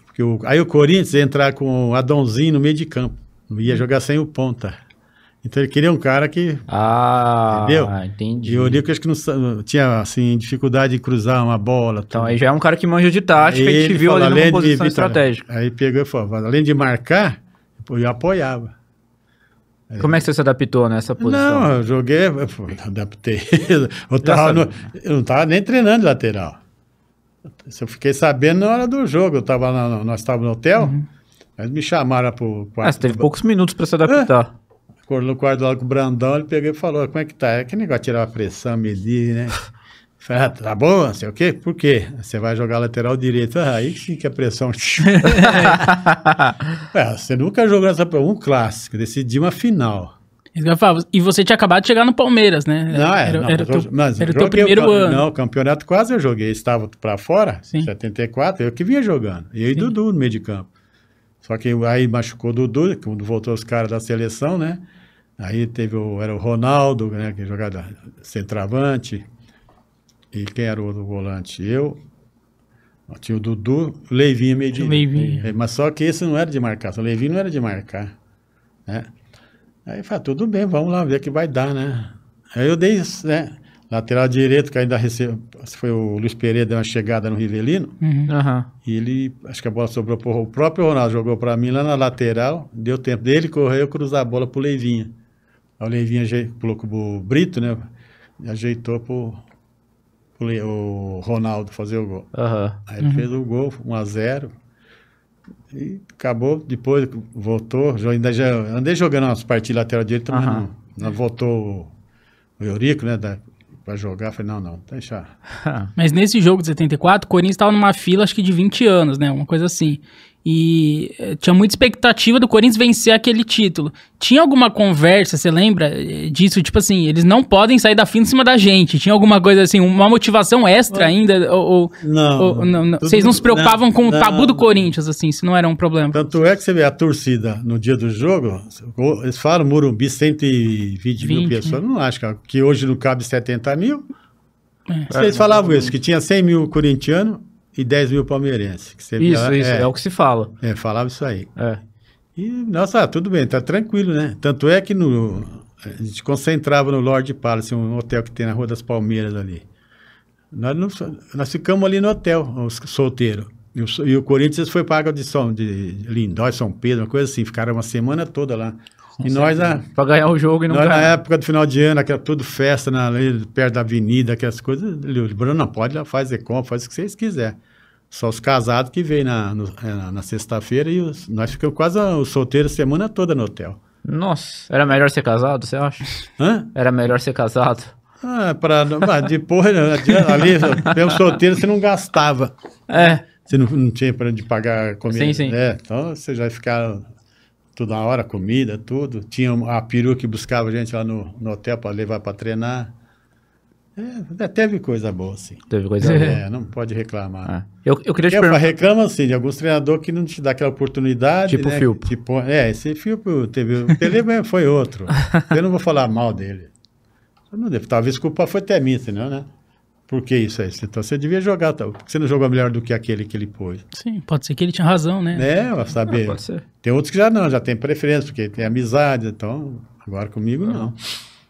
Porque o- Aí o Corinthians ia entrar com o Adãozinho no meio de campo. Ia jogar sem o ponta. Então ele queria um cara que Ah, Entendeu? entendi. E o Olímpio acho que não sa- tinha assim, dificuldade de cruzar uma bola. Então tudo. aí já é um cara que manja de tática e a gente ele viu falou, ali numa além posição Vitória, estratégica. Aí pegou e falou, além de marcar, eu apoiava. Como é que você se adaptou nessa posição? Não, eu joguei, eu pô, adaptei. Eu, tava sabia. no- eu não estava nem treinando de lateral. Isso Eu fiquei sabendo na hora do jogo. Eu tava na- na- nós estávamos no hotel, mas me chamaram para o Uhum. Ah, quarto. você teve poucos minutos É. pra se adaptar. Quando no quarto lá com o Brandão, ele pegou e falou: Como é que tá? É que negócio de tirar a pressão, medir, né? Falei, ah, tá bom, não sei o quê, por quê? Você vai jogar lateral direito. Ah, aí sim que a pressão. É, você nunca jogou essa prova, um clássico, decidir uma final. Isso que eu ia falar. E você tinha acabado de chegar no Palmeiras, né? Não, é, Era, não, era, o mas eu- teu- mas era o eu teu joguei o primeiro cam- ano. Não, o campeonato quase eu joguei, estava para fora, Sim. 74, eu que vinha jogando. E aí Dudu no meio de campo. Só que aí machucou o Dudu, quando voltou os caras da seleção, né? Aí teve o, era o Ronaldo, né, que jogava centroavante. E quem era o outro volante? Eu. Tinha o Dudu, o Leivinho meio de O Leivinho. É, Mas só que esse não era de marcar, o Leivinho não era de marcar, né? Aí fala, tudo bem, vamos lá ver o que vai dar, né? Aí eu dei, isso, né? Lateral direito, que ainda recebeu. Foi o Luiz Pereira deu uma chegada no Rivelino. Uhum. Aham. E ele, acho que a bola sobrou pro o próprio Ronaldo, jogou para mim lá na lateral. Deu tempo dele correr, eu cruzar a bola pro Leivinha. Aí o Leivinha aje- colocou o Brito, né? e Ajeitou pro, pro Le- o Ronaldo fazer o gol. Aham. Aí ele Uhum. fez o gol, 1 a 0 E acabou, depois voltou. jo- Ainda já andei jogando umas partidas lateral direito, mas Aham. não, não voltou o, o Eurico, né? Da, pra jogar. Falei, não, não, deixa. Mas nesse jogo de 74, o Corinthians estava numa fila, acho que de 20 anos, né? Uma coisa assim. E eh, tinha muita expectativa do Corinthians vencer aquele título. Tinha alguma conversa, você lembra eh, disso? Tipo assim, eles não podem sair da fila em cima da gente. Tinha alguma coisa assim, uma motivação extra ainda? Ou, ou- Não, ou- não, não. Vocês não se preocupavam com o tabu do Corinthians, assim, se não era um problema. Tanto é que você vê a torcida no dia do jogo, o- eles falam Morumbi 120 20, mil né? pessoas. Não acho que, que hoje não cabe 70 mil. É. Vocês falavam isso, que tinha 100 mil corintianos e 10 mil palmeirenses. que você via Isso, lá, isso. É. É, o que se fala. é, falava isso aí. É. E, nossa, tudo bem, tá tranquilo, né? Tanto é que no, a gente concentrava no Lord Palace, um hotel que tem na Rua das Palmeiras ali. Nós, não- nós ficamos ali no hotel, os solteiros. E o, so- e o Corinthians foi para Água de São, de Lindói, São Pedro, uma coisa assim. Ficaram uma semana toda lá. E nós, na, Pra ganhar o jogo e não nós é na ganhar. época do final de ano, aquela tudo festa na, ali perto da avenida, aquelas coisas. ele- O Bruno, não, pode lá fazer compra, faz o que vocês quiserem. Só os casados que vêm na, no- é, na, na sexta-feira e os- nós ficamos quase a- os solteiros semana toda no hotel. Nossa, era melhor ser casado, você acha? Hã? Era melhor ser casado. Ah, pra, mas depois, né, adianta- ali, pelo solteiro você não gastava. É. Você não, não tinha para de pagar comida. Sim, sim. né? então você já ficava toda hora, comida, tudo. Tinha a perua que buscava a gente lá no, no hotel para levar para treinar. É, teve coisa boa, assim. Teve coisa boa. É, não pode reclamar. É. Eu, eu queria te Eu falo, perguntar. reclama assim de alguns treinadores que não te dá aquela oportunidade. Tipo o né? Filpo. Tipo, é, esse Filpo teve. O Tele mesmo foi outro. Eu não vou falar mal dele. Eu não devo. Talvez a culpa foi até minha, senão, né? Por que isso aí? Então você devia jogar. Tá? Por que você não jogou melhor do que aquele que ele pôs? Sim, pode ser que ele tinha razão, né? Né? Vai saber. Pode ser. tem outros que já não, já tem preferência, porque tem amizade, então. Agora comigo não.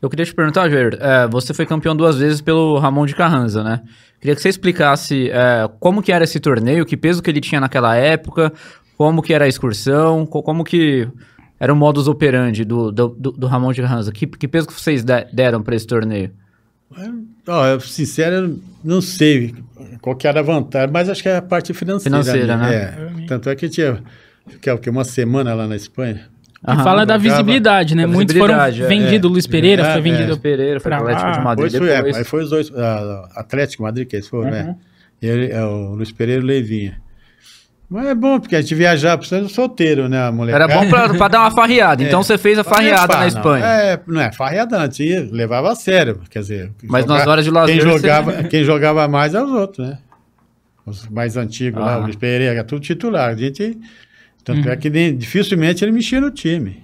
Eu queria te perguntar, Jair, é, você foi campeão duas vezes pelo Ramon de Carranza, né? Queria que você explicasse é, como que era esse torneio, que peso que ele tinha naquela época, como que era a excursão, co- como que era o modus operandi do, do, do- do Ramon de Carranza. Que, que peso que vocês de- deram pra esse torneio? É, Ó, eu, sincero, eu não sei qual que era a vantagem, mas acho que é a parte financeira. Financeira, né? É. Tanto é que tinha que é o quê? uma semana lá na Espanha. E fala da jogava- visibilidade, né? da Muitos visibilidade, é, foram vendidos. é. Luiz Pereira foi É, vendido. Luiz Pereira, foi pra pro Atlético lá. de Madrid Depois foi, é, Ah, depois. Uhum. aí foi os dois, a- a Atlético Madrid, que eles foram, né? Ele, é, o Luiz Pereira e o Leivinha. Mas é bom, porque a gente viajava, precisando solteiro, né, a molecada. Era bom pra, pra dar uma farreada, então você fez a farreada Não, na Espanha. É, não é, farreada não, tinha, levava a sério, quer dizer... Mas nas horas de lazer Quem você- jogava, quem jogava mais é os outros, né? Os mais antigos lá, Ah. Uhum. o Luiz Pereira, era tudo titular, a gente... Tanto é que nem- dificilmente ele mexia no time.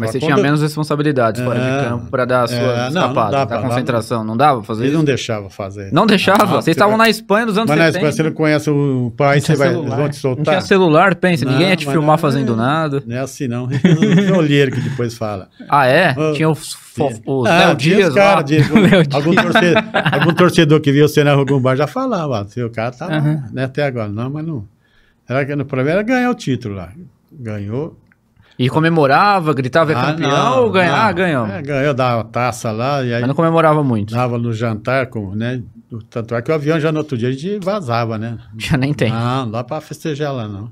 Mas Só você quando- tinha menos responsabilidades fora É. de campo pra dar a sua É, não, não escapada, dá da pra- lá- concentração. Não dava pra fazer Eles isso? não deixavam fazer. Não deixava? Ah, você Vocês estavam vai- na Espanha nos anos Mas na 70. Espanha você não conhece o pai, você tinha vai, eles celular. vão te Não tinha soltar. celular, pensa. Não, ninguém ia te mas filmar não- fazendo nada. Não é assim, não. É o olheiro que depois fala. Ah, é? Ah, tinha os, fo... os Ah, Léo tinha Dias os lá. cara de- Léo Dias. algum, torce- algum torcedor que viu você na rua algum bar já falava, ó, seu cara tá lá, Aham. né, até agora. Não, mas não. Era, que- o problema era ganhar o título lá. Ganhou. E comemorava, gritava, é Ah, campeão, não, ou ganhar, não. ganhou. É, ganhou, dava taça lá, e aí Ah, Mas não comemorava muito. dava no jantar, com, né? Tanto é que o avião já no outro dia a gente vazava, né? Já nem tem. Não, não dá pra festejar lá, não.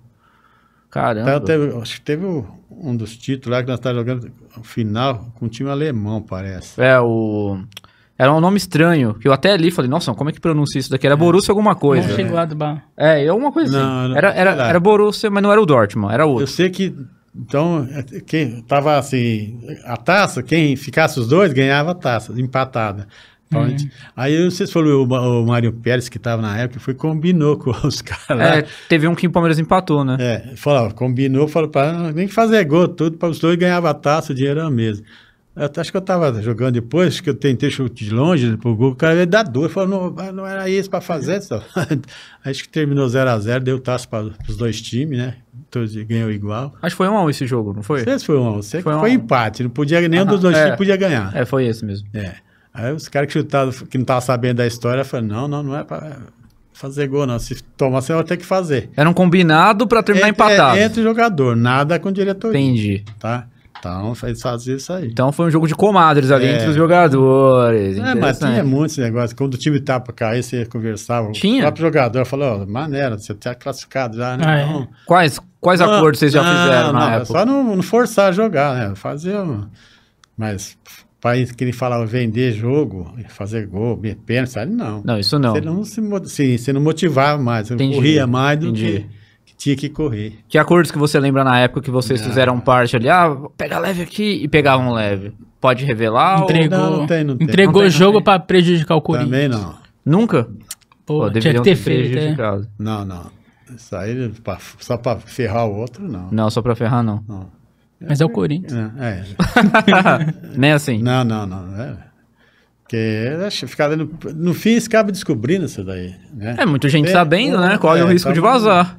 Caramba. Então, teve, acho que teve um um dos títulos lá que nós estávamos jogando o final com um time alemão, parece. É, o... Era um nome estranho, que eu até ali falei, nossa, como é que pronuncia isso daqui? Era Borussia alguma coisa. Não chegou lá do bar. É, é alguma coisa Não, assim. não- Era, era, sei lá. era Borussia, mas não era o Dortmund, era Eu outro. sei que, então, eh, quem tava assim, a taça, quem ficasse os dois ganhava a taça, empatada. Então, a gente- Aí, eu não sei se foi o, Ma- o Mário Pérez que estava na época, foi combinou com os caras. lá. É, teve um que o Palmeiras empatou, né? É, falava, combinou, falou para nem fazer gol, tudo, para os dois ganhava a taça, o dinheiro era mesmo. Eu t- acho que eu estava jogando depois, acho que eu tentei chute de longe pro gol, o cara veio dar dor, falou, não, mas não era isso para fazer, só. acho que terminou 0 a 0 deu taça para os dois times, né? Todos ganhou igual. Acho que foi um a um esse jogo, não foi? Não sei se foi um, sei que Foi um. foi empate, não podia, nenhum Ah, dos dois é. times podia ganhar. É, foi esse mesmo. É. Aí os caras que chutaram, que não estavam sabendo da história, falaram, não, não, não é para fazer gol, não. Se tomar, você vai ter que fazer. Era um combinado pra terminar Entre- é, empatado. Entre jogador, nada com diretoria Entendi. tá? Então, faz fazer isso aí. Então foi um jogo de comadres ali É. entre os jogadores. é, mas tinha Então, Interessante. muito esse negócio. Quando o time tá pra cair, você conversava. Tinha? O próprio jogador falou, ó, maneira, você tá classificado já, né? Ah, é. Então, Quais, quais não, acordos vocês já não, fizeram na não, é época? Só não, não forçar a jogar, né? Fazer um... Mas pra isso que ele falava vender jogo, fazer gol, meter pênalti, sabe? Não. Não, isso não. Você não se, mo- sim, você não motivava mais, você não Entendi. corria mais do que, Entendi. que tinha que correr. Que acordos que você lembra na época que vocês Não. fizeram parte ali? Ah, pega leve aqui e pegavam leve. Pode revelar? ou- Entregou, Não, não tem, não tem. entregou Não tem, não jogo tem. pra prejudicar o Corinthians. Também não. Nunca? Pô, Pô, tinha que deveriam ter ter feito. é. prejudicado. Não, não. Isso aí, pra- só pra ferrar o outro, não. Não, só pra ferrar, não. Não. Mas é o Corinthians. É, Nem assim. Não, não, não. É. Porque acho, ficar dando- no fim, eles acabam descobrindo isso daí. Né? É, muita gente É, sabendo, né? é, Corre o é, risco tá de bom. vazar.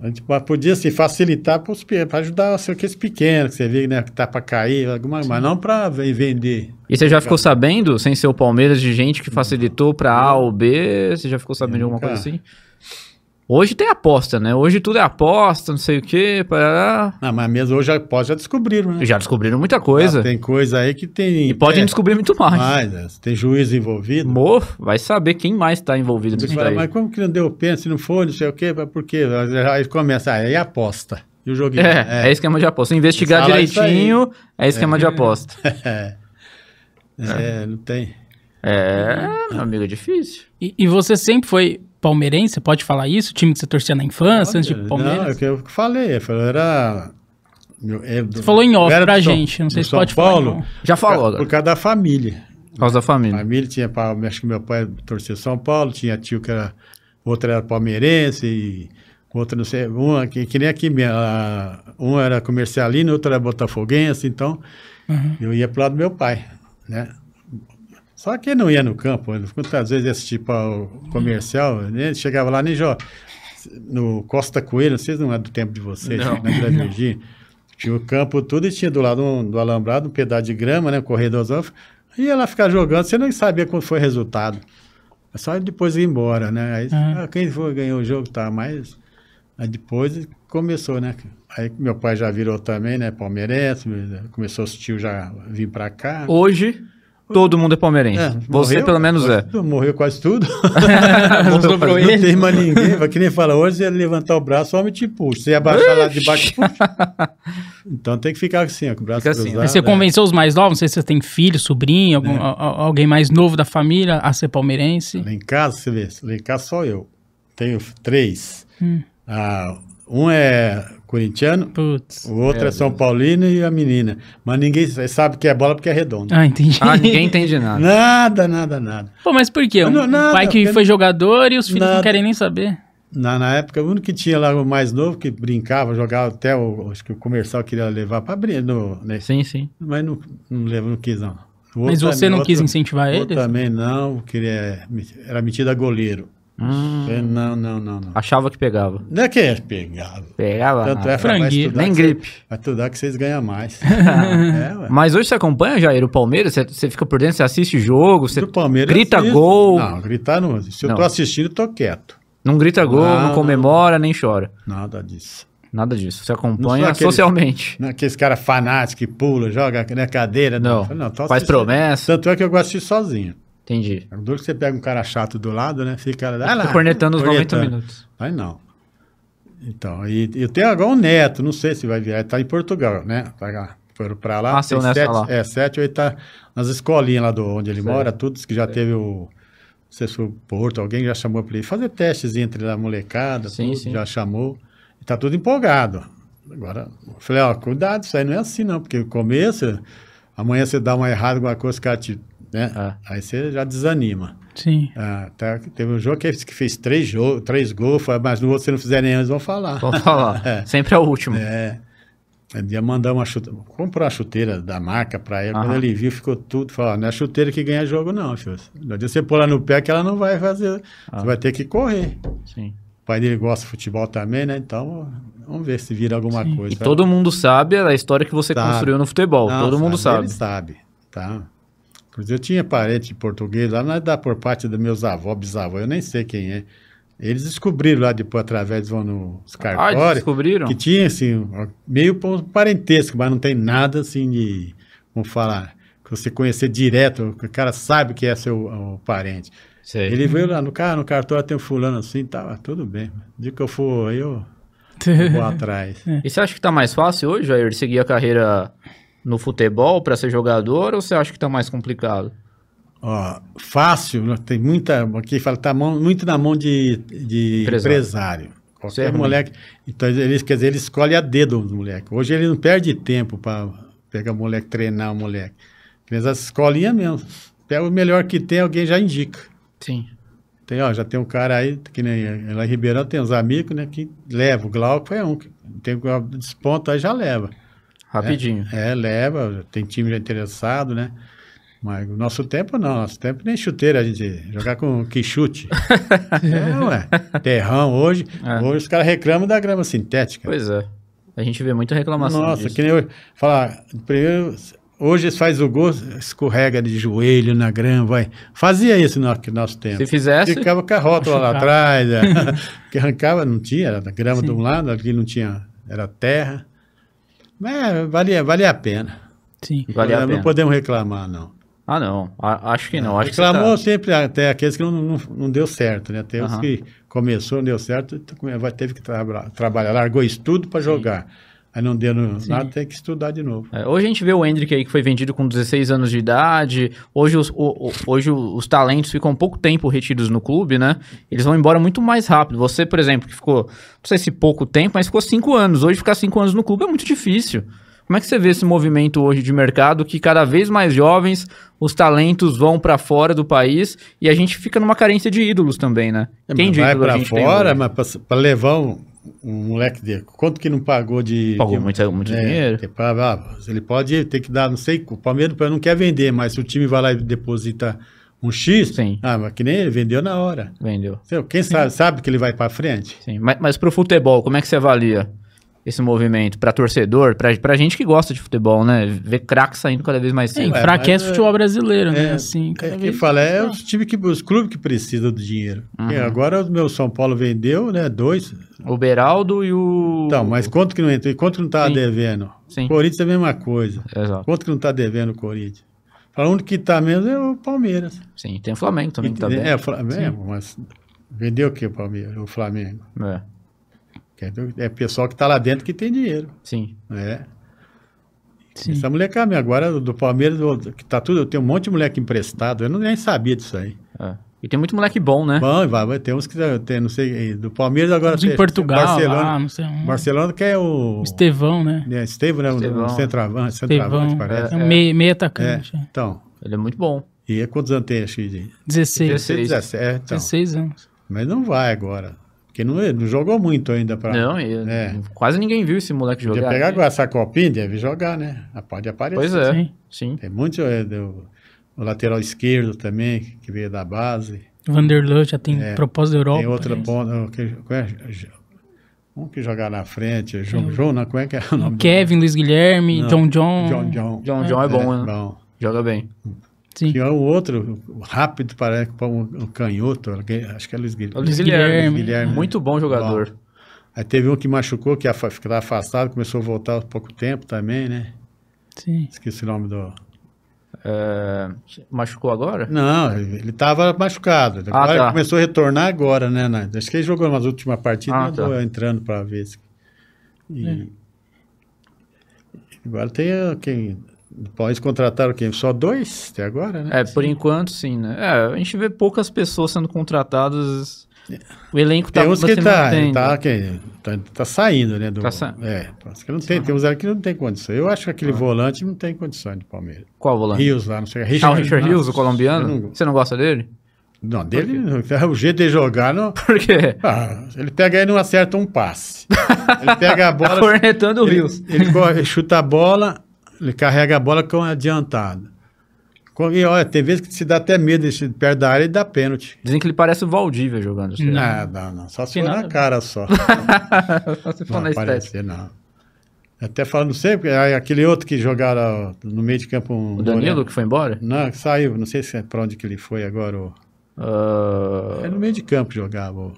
A gente po- podia assim, facilitar para ajudar assim, aqueles pequenos que você vê né, que tá para cair, alguma, mas não para vender. E você já ficou sabendo, sem ser o Palmeiras, de gente que facilitou pra A ou B? Você já ficou sabendo de alguma Nunca. coisa assim? Hoje tem aposta, né? Hoje tudo é aposta, não sei o quê. Parará. Não, mas mesmo hoje já, pode, já descobriram, né? Já descobriram muita Ah, coisa. tem coisa aí que tem. E podem é, descobrir muito mais. mais, né? Tem juiz envolvido. Mo, vai saber quem mais tá envolvido Você nisso fala, daí. mas como que não deu pênalti, se não foi, não sei o quê, mas por quê? Aí começa, ah, aí aposta. E o joguinho? É, é esquema de aposta. Investigar Fala isso aí. direitinho é esquema de aposta. é, não tem. É, meu amigo, é difícil. E, e você sempre foi palmeirense? Você Pode falar isso? O time que você torcia na infância, antes de ir pro Não, é Palmeiras? o que eu falei. Eu falei, era. é Você falou em off pra gente, não sei se pode falar, Paulo, não. Já falou Por agora. causa da família. Por causa da família. Família tinha. pa- Acho que meu pai torcia São Paulo, tinha tio que era. Outro era palmeirense e. Outro, não sei. Um, que, que nem aqui mesmo. a- um era comercialino, outro era botafoguense. Então, eu ia pro lado do meu pai, né? Só que ele não ia no campo. ele- Quantas vezes ia assistir para o comercial, né? Ele chegava lá, nem Jó. No Costa Coelho, vocês não é do tempo de vocês, Não. na Vila Virgínia. Tinha o campo tudo e tinha do lado um- do alambrado um pedaço de grama, né? Um corredorzão. Ia lá ficar jogando, você não sabia qual foi o resultado. É Só depois ir embora, né? Aí, Uhum. ah, quem foi ganhou o jogo, tá, mas... Aí depois começou, né? Aí meu pai já virou também, né? Palmeirense, começou os tios já vir pra cá. Hoje, todo mundo é palmeirense. É, Você, morreu pelo menos, quase é. tudo, morreu quase tudo. Não sobrou Não ele. tem mais ninguém. Mas que nem fala, hoje você ia levantar o braço, o homem te puxa. Você ia baixar lá de baixo, puxa. Então tem que ficar assim, ó, com o braço Fica assim, cruzado. Mas você né? convenceu os mais novos? Não sei se você tem filho, sobrinho, É. algum- a- a- alguém mais novo da família a ser palmeirense. Lá em casa, você vê, lá em casa só eu. Tenho três. Hum. Ah, um é corintiano, Putz. o outro é, São Paulino e a menina. Mas ninguém sabe que é bola porque é redonda. Ah, entendi. Ah, ninguém entende nada. Nada, nada, nada. Pô, mas por quê? Um Não, nada, pai que porque- foi jogador e os filhos não Nada. querem nem saber. Na, na época, o único que tinha lá, o mais novo, que brincava, jogava até o. Acho que o comercial queria levar para abrir, no, né? Sim, sim. mas não, não, leva- não quis, não. O Mas outro você também- não quis outro- incentivar outro eles? também não, queria, era metido a goleiro. Ah. Eu, Não, não, não, não. Achava que pegava. Não é que é pegado. Pegava. Tanto é, nada. falar, vai Franguinho. estudar Nem que cê- gripe. Vai estudar que vocês ganham mais. é, ué. Mas hoje você acompanha, Jair, o Palmeiras? Você, você fica por dentro, você assiste jogo, você Do Palmeiras, grita assisto. gol. Não, Não, gritar não. Se eu Não. tô assistindo, eu tô quieto. grita gol, não, Não, comemora, nem chora. Nada disso. Nada disso. Você Não acompanha sou aquele- socialmente. Não é aqueles caras fanáticos que pula, joga na cadeira. Não. Fala, tô Faz assistindo. promessa. Tanto é que eu gosto de assistir sozinho. Entendi. É duro que você pega um cara chato do lado, né? Fica ah Tô cornetando os 90 cornetando. minutos. Aí não. Então, e eu tenho agora um neto, não sei se vai vir, ele tá em Portugal, né? Tá lá, Foram pra lá, Ah, seu tem neto tá sete, lá. é, sete, oito, tá nas escolinhas lá do onde ele Sei. mora, todos que já teve o, não sei se foi o Porto, alguém já chamou pra ele fazer testes entre a molecada, Sim, tudo, sim. já chamou, e tá tudo empolgado. Agora, eu falei, ó, cuidado, isso aí não é assim não, porque no começo, amanhã você dá uma errada, alguma coisa, os caras te, né? Ah. Aí você já desanima. Sim. Ah, tá. Teve um jogo que fez, que fez três, jo três gols, foi, mas no outro, se não fizer nenhum, eles vão falar. Vamos falar. É. Sempre é o último. É. Ele ia mandar uma chuteira. Comprou uma chuteira da marca pra ele. Aham. Quando ele viu, ficou tudo. Falou: "Ó, não é chuteira que ganha jogo, não, filho. Não adianta você pôr lá no pé que ela não vai fazer. Ah. Você vai ter que correr. Sim. O pai dele gosta de futebol também, né? Então, vamos ver se vira alguma coisa. E todo mundo sabe a história que você é. Sabe. construiu no futebol. Não, todo mundo sabe. Ele sabe, tá? Inclusive, eu tinha parente português lá, mas da, por parte dos meus avós, bisavós, eu nem sei quem é. Eles descobriram lá depois, através, vão nos Ah, eles cartórios, descobriram? que tinha, assim, um- meio pa- parentesco, mas não tem nada, assim, de, como falar, que você conhecer direto, que o cara sabe que é seu o parente. Sei. Ele veio lá no carro, no cartório tem um fulano assim, tá, tudo bem. De que eu for, aí eu vou atrás. E você acha que tá mais fácil hoje, Jair, de seguir a carreira no futebol pra ser jogador ou você acha que tá mais complicado? Ó, fácil, né? tem muita. Aqui fala, tá mão- muito na mão de, de Empresário. empresário. Isso é Qualquer ruim. moleque. Então, ele, quer dizer, ele escolhe a dedo os moleques. Hoje ele não perde tempo para pegar o moleque, treinar o moleque. Mas as escolinhas mesmo. Pega o melhor que tem, alguém já indica. Sim. Tem, ó, já tem um cara aí, que nem lá em Ribeirão tem uns amigos, né, que leva. O Glauco é um. que Tem um desponto, aí já leva. Rapidinho. É, leva, tem time já interessado, né? Mas o nosso tempo não, nosso tempo nem chuteira, a gente jogar com que chute. é, ué. Terrão hoje. É. Hoje os caras reclamam da grama sintética. Pois é. A gente vê muita reclamação Nossa, disso. que nem hoje. Falar, primeiro, hoje eles faz o gol, escorrega de joelho na grama, vai. Fazia isso no no nosso tempo. Se fizesse, Ficava com a rótula lá Machucava. atrás, é. que arrancava, não tinha, era grama de um lado, aqui não tinha, era terra. Mas valia, valia a pena. Sim. valia a Não pena. podemos reclamar, não. Ah, não. A- acho que não. Acho que você Reclamou tá- sempre até aqueles que não, não, não deu certo, né? Até os Aham. que começou, não deu certo, tu come- vai- teve que trabra- trabalhar, largou estudo para jogar. Aí não deu no- nada, tem que estudar de novo. É, hoje a gente vê o Hendrick aí que foi vendido com 16 anos de idade. Hoje os, o- o- hoje os talentos ficam pouco tempo retidos no clube, né? Eles vão embora muito mais rápido. Você, por exemplo, que ficou, não sei se pouco tempo, mas ficou 5 anos. Hoje ficar 5 anos no clube é muito difícil. Como é que você vê esse movimento hoje de mercado que cada vez mais jovens, os talentos vão pra fora do país e a gente fica numa carência de ídolos também, né? É, Quem mas de vai ídolo a para gente tem fora, hoje? mas para levar um, um moleque de. Quanto que não pagou de. Pagou de- muito, muito É, dinheiro. tem pra- ah, ele pode ter que dar, não sei, o Palmeiras não quer vender, mas se o time vai lá e deposita um X, Sim. ah, mas que nem ele vendeu na hora. Vendeu. Então, Quem sabe, sabe que ele vai para frente? Sim, mas, mas pro futebol, como é que você avalia esse movimento? Pra torcedor, pra, pra gente que gosta de futebol, né? Ver craque saindo cada vez mais É, cedo. enfraquece mas, o futebol brasileiro, né? é, Assim, cada É, quem vez- fala é os times que os clubes que precisam do dinheiro. Uhum. Porque Agora o meu São Paulo vendeu, né? Dois. O Beraldo e o... Então, mas quanto que não entrou? E quanto que não tá Sim. devendo? Sim. Corinthians é a mesma coisa. Exato, Quanto que não tá devendo o Corinthians? Fala, o único que tá mesmo é o Palmeiras. sim. Tem o Flamengo também que tá E- bem. É, o Flamengo, mas vendeu o que o Palmeiras? O Flamengo. É, Quer dizer, É pessoal que tá lá dentro que tem dinheiro, sim. né? Sim. Essa molecada agora do Palmeiras, o- que tá tudo, tem um monte de moleque emprestado, eu não nem sabia disso aí. é. E tem muito moleque bom, né? Bom, vai, vai, tem uns que já- tem, não sei, eh, do Palmeiras agora Os em tem- Portugal, Barcelona, lá, não sei onde. Barcelona que é o Estevão, né? né, Estevão, né, Estevão. o centroavante, centroavante Estevão. parece. É um meio, meio atacante. é. Então, Ele é muito bom. e é quantos anos tem acho que de- 16. 16. 17, então. 16 anos. mas não vai agora. Porque não, não jogou muito ainda para. Não, e- É. quase ninguém viu esse moleque Podia jogar. pegar né? agora essa copinha, deve jogar, né? Ah, Pode aparecer. Pois é, Sim. sim. Tem muito. é, do- o lateral esquerdo também, que veio da base. Vanderlei já tem propósito da Europa. É. Tem outra né? ponta. que- qual é? Um que jogar na frente. João, João não, como é que é o nome? O do- Kevin, Luiz Guilherme, Não, John John. John John. John John é, bom, né? bom. Joga bem. Sim. E é o outro, o rápido, parece que o o canhoto, alguém- acho que é Luiz Guilherme. Luiz Guilherme. Guilherme. Guilherme. Muito bom jogador. Aí teve um que machucou, que afa- ficava afastado, começou a voltar há pouco tempo também, né? Sim. Esqueci o nome do. É, Machucou agora? Não, ele estava machucado. Ah, Agora tá. começou a retornar agora, né? na- Acho que ele jogou nas últimas partidas, Ah, ah, tá. entrando para ver. se- E... Agora tem ah, quem. Depois contrataram quem? Só dois até agora, né? É, por enquanto sim, né? É, a gente vê poucas pessoas sendo contratadas. O elenco tá tem uns que se tá, mantendo. tá, que tá, tá saindo, né? Do, Tá saindo. É, parece que não tem, tem uns aí que não tem condição. Eu acho que aquele volante não tem condição de Palmeiras. Qual Ah. volante? Rios lá, não sei. Ah, o Richard não, Rios, o colombiano? eu não- Você não gosta dele? Não, dele, não, o jeito de jogar, não. Por quê? Ah, ele pega e não acerta um passe. Ele pega Tá a bola. cornetando o assim. ele, Rios. ele corre, chuta a bola, ele carrega a bola com adiantado. Com- E olha, tem vezes que se dá até medo, ele perde da área e dá pênalti. Dizem que ele parece o Valdívia jogando. sei lá. Nada, não. Só se Tem for na nada. cara só. Você Não falou na estética. aparecer, não. Até falando sempre, aí aquele outro que jogaram no meio de campo. Um O Danilo moreno. que foi embora? Não, que saiu, não sei se é pra onde que ele foi agora. o- Ah, É no meio de campo que jogava. o-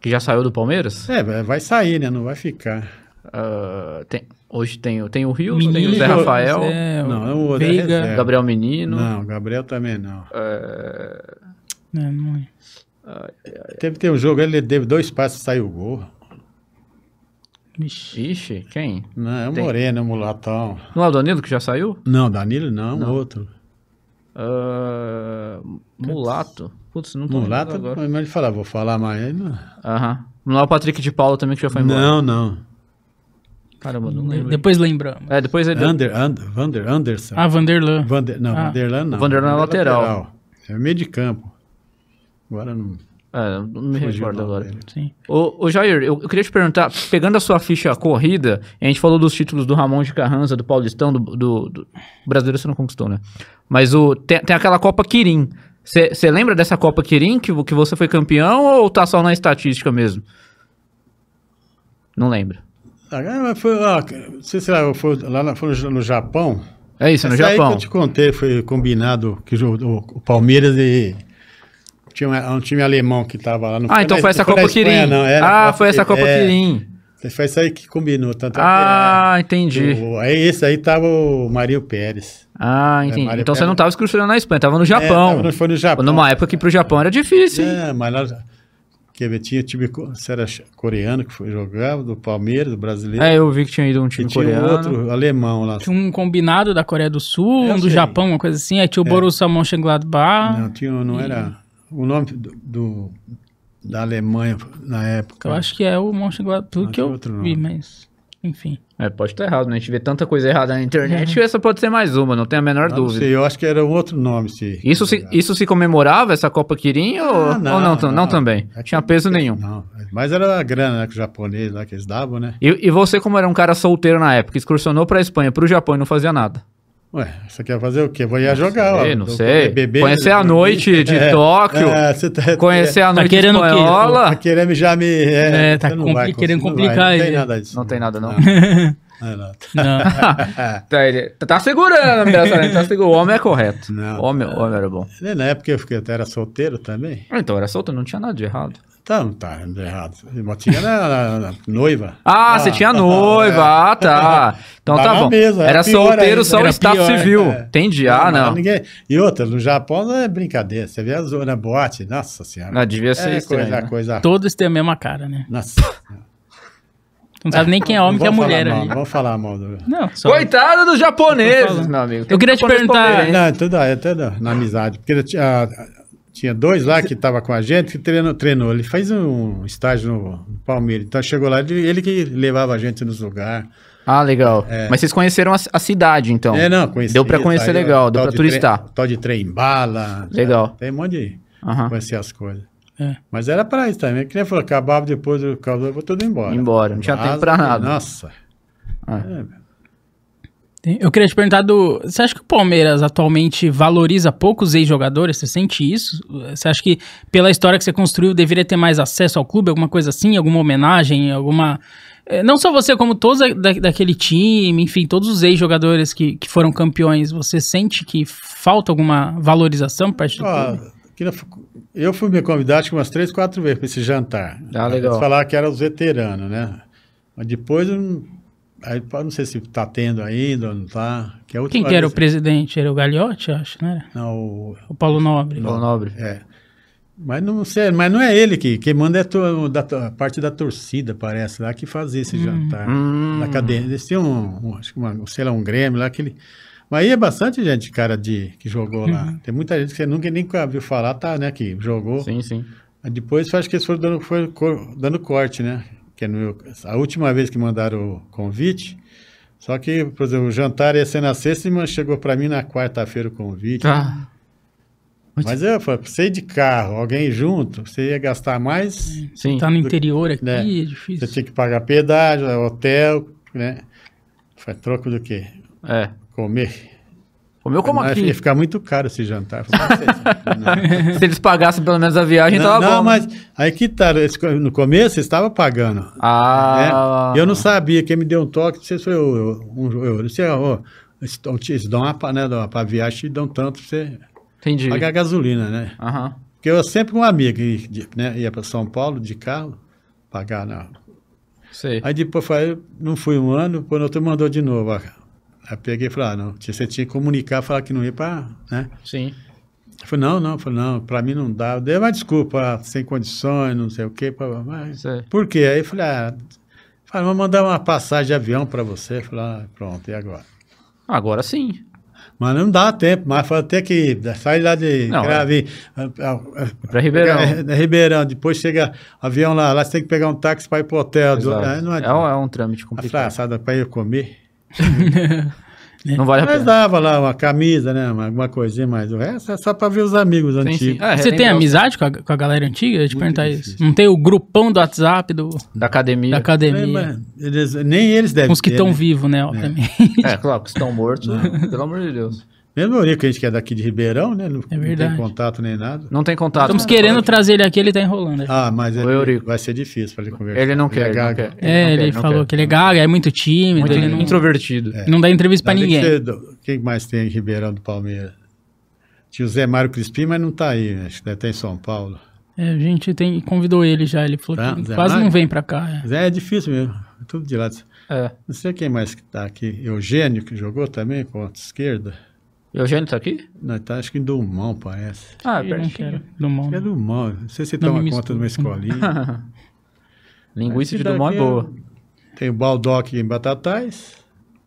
que já saiu do Palmeiras? É, vai- vai sair, né? Não vai ficar. Ah, tem- hoje tem, tem o É, Rios, tem o Menino, Zé Rafael, Zé, não, é o outro. é Veiga. reserva. Gabriel Menino. ah, Não, Gabriel também não. É, não é. Teve ter um jogo, ele teve dois passos e saiu o gol. Vixe. Ixi, quem? Não, é o Tem. Moreno, é o Mulatão. Não é o Danilo que já saiu? Não, Danilo não, outro. Ah, mulato. Putz, não tô Mulato, é lembrando agora. mas ele fala, vou falar mais. Ele Não, Aham. Não é o Patrick de Paula também que já foi embora. não. não. Caramba, não lembro. Depois lembramos. É, depois ele... Ander, Ander, Vander- Anderson. Ah, Vanderlan. Vander, não, Ah. Vanderlan não. Vanderlan é lateral. É meio de campo. Agora não. É, não me fugiu o recordo nome agora. dele. Sim. Ô, ô, Jair, eu, eu queria te perguntar, pegando a sua ficha corrida, a gente falou dos títulos do Ramon de Carranza, do Paulistão, do, do, do- Brasileiro você não conquistou, né? Mas o, tem, tem aquela Copa Quirim. Você lembra dessa Copa Quirim que, vo- que você foi campeão ou tá só na estatística mesmo? Não lembro. Ah, mas foi, lá, não sei se lá, foi, lá na- foi no Japão. É isso, no Essa aí Japão. que eu te contei, foi combinado que jo- o, o Palmeiras e. Tinha uma- um time alemão que estava lá no Ah, então na- foi essa na Copa Espanha, Quirim. não, era Ah, Copa- foi essa Copa é, Quirim. Foi isso aí que combinou. Tanto é que, Ah, é, entendi. o- aí esse aí tava o Marinho Pérez. Ah, entendi. Mário então você Pérez. não tava excursionando na Espanha, tava no É, Japão. tava no- foi no Japão. Numa época que pro Japão era difícil. hein? É, mas lá. Quer ver, tinha time co- se era ch- coreano que foi, jogava, do Palmeiras, do brasileiro. É, eu vi que tinha ido um e time tinha coreano. outro alemão lá. Tinha um combinado da Coreia do Sul, Eu um do sei. É. Japão, uma coisa assim. Aí tinha o Borussia Mönchengladbach. Não, tinha, um, não era. O nome do, do- da Alemanha na época. Eu acho que é o Mönchengladbach, tudo Não, que tinha eu é outro vi, nome. mas... Enfim. É, pode estar errado, né? A gente vê tanta coisa errada na internet que essa pode ser mais uma, não tem a menor Ah, não dúvida. sei, É. eu acho que era um outro nome. Se... Isso se, isso se comemorava, essa Copa Quirim, ou, Ah, não, ou não, tam- não também? É que- Tinha peso nenhum. Não, mas era a grana né, que os japoneses lá que eles davam, né? E, e você, como era um cara solteiro na época, excursionou pra Espanha, pro Japão e não fazia nada? Ué, você quer fazer o quê? Vou ir a jogar, sei, ó. não Vou sei. Ah, comer, beber, Conhecer a dormir. É. noite de Tóquio. você tá, Conhecer a Tá noite querendo o quê? espanhola? Tá querendo já me... É, É, tá você não vai compli- querendo conseguir, não complicar vai, ele. Não tem nada disso. Não tem nada, não. É, não. Não. tá, ele- tá segurando, Brasil, tá segurando. O homem é correto. Não. O homem, o homem era bom. Né, Na época eu fiquei, eu era solteiro também. Ah, Então, era solto, não tinha nada de errado. Tá, não tá errado. Mas tinha na, na- na noiva. Ah, você tinha noiva, ah, tá. Então É. Tava tá bom. mesmo, era era pior solteiro, ainda. só o Era status pior, civil. é. Entendi, ah, mas não. Ninguém... E outra, no Japão não é brincadeira. Você vê a zona boate, nossa senhora. Ah, devia ser é estranho, coisa, né? coisa... Todos têm a mesma cara, né? Nossa. Tu não sabe nem quem é homem, Não quem é vamos falar mulher mal, ali. Não vamos falar mal do... Não, só... Coitado Eu dos tô japoneses, falando. meu amigo. Eu queria te japonês perguntar- palmeirense. Não, é tudo, é tudo na amizade. Porque tinha, tinha dois lá que estavam com a gente, que treinou, treinou. Ele faz um estágio no, no Palmeiras. Então chegou lá, ele, ele que levava a gente nos lugares. Ah, legal. Mas vocês conheceram a, a cidade, então. É, não, conheci. Deu pra conhecer saiu, legal, deu tal pra de turistar. trem- Tal de trem bala. Legal. Ah. tá? Tem um monte de Aham. conhecer as coisas. É. Mas era pra isso também. Que nem falou, acabava depois do calor, eu vou tudo embora. Embora, não tinha tempo Vaza, pra nada. Nossa. É. É, Tem- Eu queria te perguntar do. Você acha que o Palmeiras atualmente valoriza poucos ex-jogadores? Você sente isso? Você acha que pela história que você construiu deveria ter mais acesso ao clube, alguma coisa assim, alguma homenagem, alguma. eh, Não só você, como todos da- da- daquele time, enfim, todos os ex-jogadores que, que foram campeões, você sente que falta alguma valorização por parte do Ó, clube? que na facu- eu fui me convidar acho que umas três, quatro vezes para esse jantar. Ah, legal. Eles falaram que era os veteranos, né? Mas depois, eu não- aí, pá, não sei se está tendo ainda ou não está. Que é a última Quem que era o vez- presidente? Era o Gagliotti, eu acho, né? Não, o- O Paulo Nobre. Paulo Nobre. é. Mas não sei, mas não é ele que quem manda é to- da to- a parte da torcida, parece, lá que fazia esse jantar. Hum. É, Na cadeia. Eles tinham um, um- acho que uma, sei lá, um Grêmio lá que ele. Mas aí é bastante gente, cara, de, que jogou lá. Tem muita gente que você nunca nem ouviu falar, tá, né? Que jogou. Sim, sim. Aí Depois eu acho que eles foram dando, foram cor- dando corte, né? Que é no meu- a última vez que mandaram o convite. Só que, por exemplo, o jantar ia ser na sexta e man- chegou para mim na quarta-feira o convite. Tá. Mas eu falei, você ir de carro, alguém junto, você ia gastar mais, Sim. Tá no interior aqui, Né. é você difícil. tinha que pagar pedágio, hotel, né? Foi troco do quê? É. Comer. Comeu como assim? Mas aqui. Ia ficar muito caro esse jantar. Eu falei, "Não, Se eles pagassem pelo menos a viagem, não, tava bom. não, né? mas aí que tá, esse co- no começo estava pagando. Ah. né? Eu não sabia, quem me deu um toque, não sei se foi eu, eu, um, jo- eu, eu disse, ó, eles dão- eles dão uma, pa- né, dão uma pra viagem e dão tanto pra você Entendi. pagar gasolina, né? Aham. Porque eu sempre com um amigo, e, de- né, ia para São Paulo de carro, pagar na... Sei. Aí depois eu falei, não fui um ano, depois no outro mandou de novo, ó. Aí peguei e falei, ah, não, você tinha que comunicar, falar que não ia para, né? Sim. Eu falei, não, não, eu falei, não, pra mim não dá. Eu dei uma desculpa, ah, sem condições, não sei o quê. pá, pá, Mas, Sei. por quê? Aí eu falei, ah, falei, vou mandar uma passagem de avião pra você. Eu falei, ah, pronto, e agora? Ah, Agora sim. Mas não dá tempo, mas falei, tem que sair lá de Não, é. grave. Pra Ribeirão. é, Ribeirão, depois chega avião lá, lá você tem que pegar um táxi pra ir pro hotel. Do, Exato. aí não é, um, adianta. é um trâmite A complicado. fraçada pra eu comer. Não Tá vale a Mas pena. dava lá uma camisa, né? uma- Alguma coisinha, mas o resto é só pra ver os amigos Sim, antigos. sim. É, Você tem lembrar amizade com a, com a galera antiga? Eu ia te Muito perguntar difícil. isso. Não tem o grupão do WhatsApp, do, Da academia. da É, academia? mas eles- nem eles devem Os que ter, estão né? vivos, né? Obviamente. É, claro, que estão mortos. Pelo amor de Deus. Mesmo eu que a gente que é daqui de Ribeirão, né? Não, É verdade. não tem contato nem nada. Não tem contato. Estamos querendo trazer ele aqui, ele tá enrolando. Ah, mas ele- Eurico. vai ser difícil para ele conversar. Ele não quer. Ele não gago. quer. é, não ele quer, não falou quer. que ele é gaga, é muito tímido, Muito ele não, introvertido. É. não dá entrevista pra Além ninguém. que você- do- Quem mais tem em Ribeirão do Palmeiras? Tinha o Zé Mário Crispim, mas não tá aí, né? acho que deve estar em São Paulo. É, a gente tem, convidou ele já, ele falou Tá, que Zé quase Mário? não vem pra cá. é. Mas é difícil mesmo, tudo de lado. É. Não sei quem mais que tá aqui. Eugênio, que jogou também, ponta esquerda. Eugênio tá aqui? Não, tá, acho que em Dumão, parece. Eu não Ah, quero, do Acho que é mundo. Dumão, não sei se Não toma me conta de uma mistura. escolinha. Linguiça de Esse Dumont é daqui boa. Tem o Baldock em Batatais.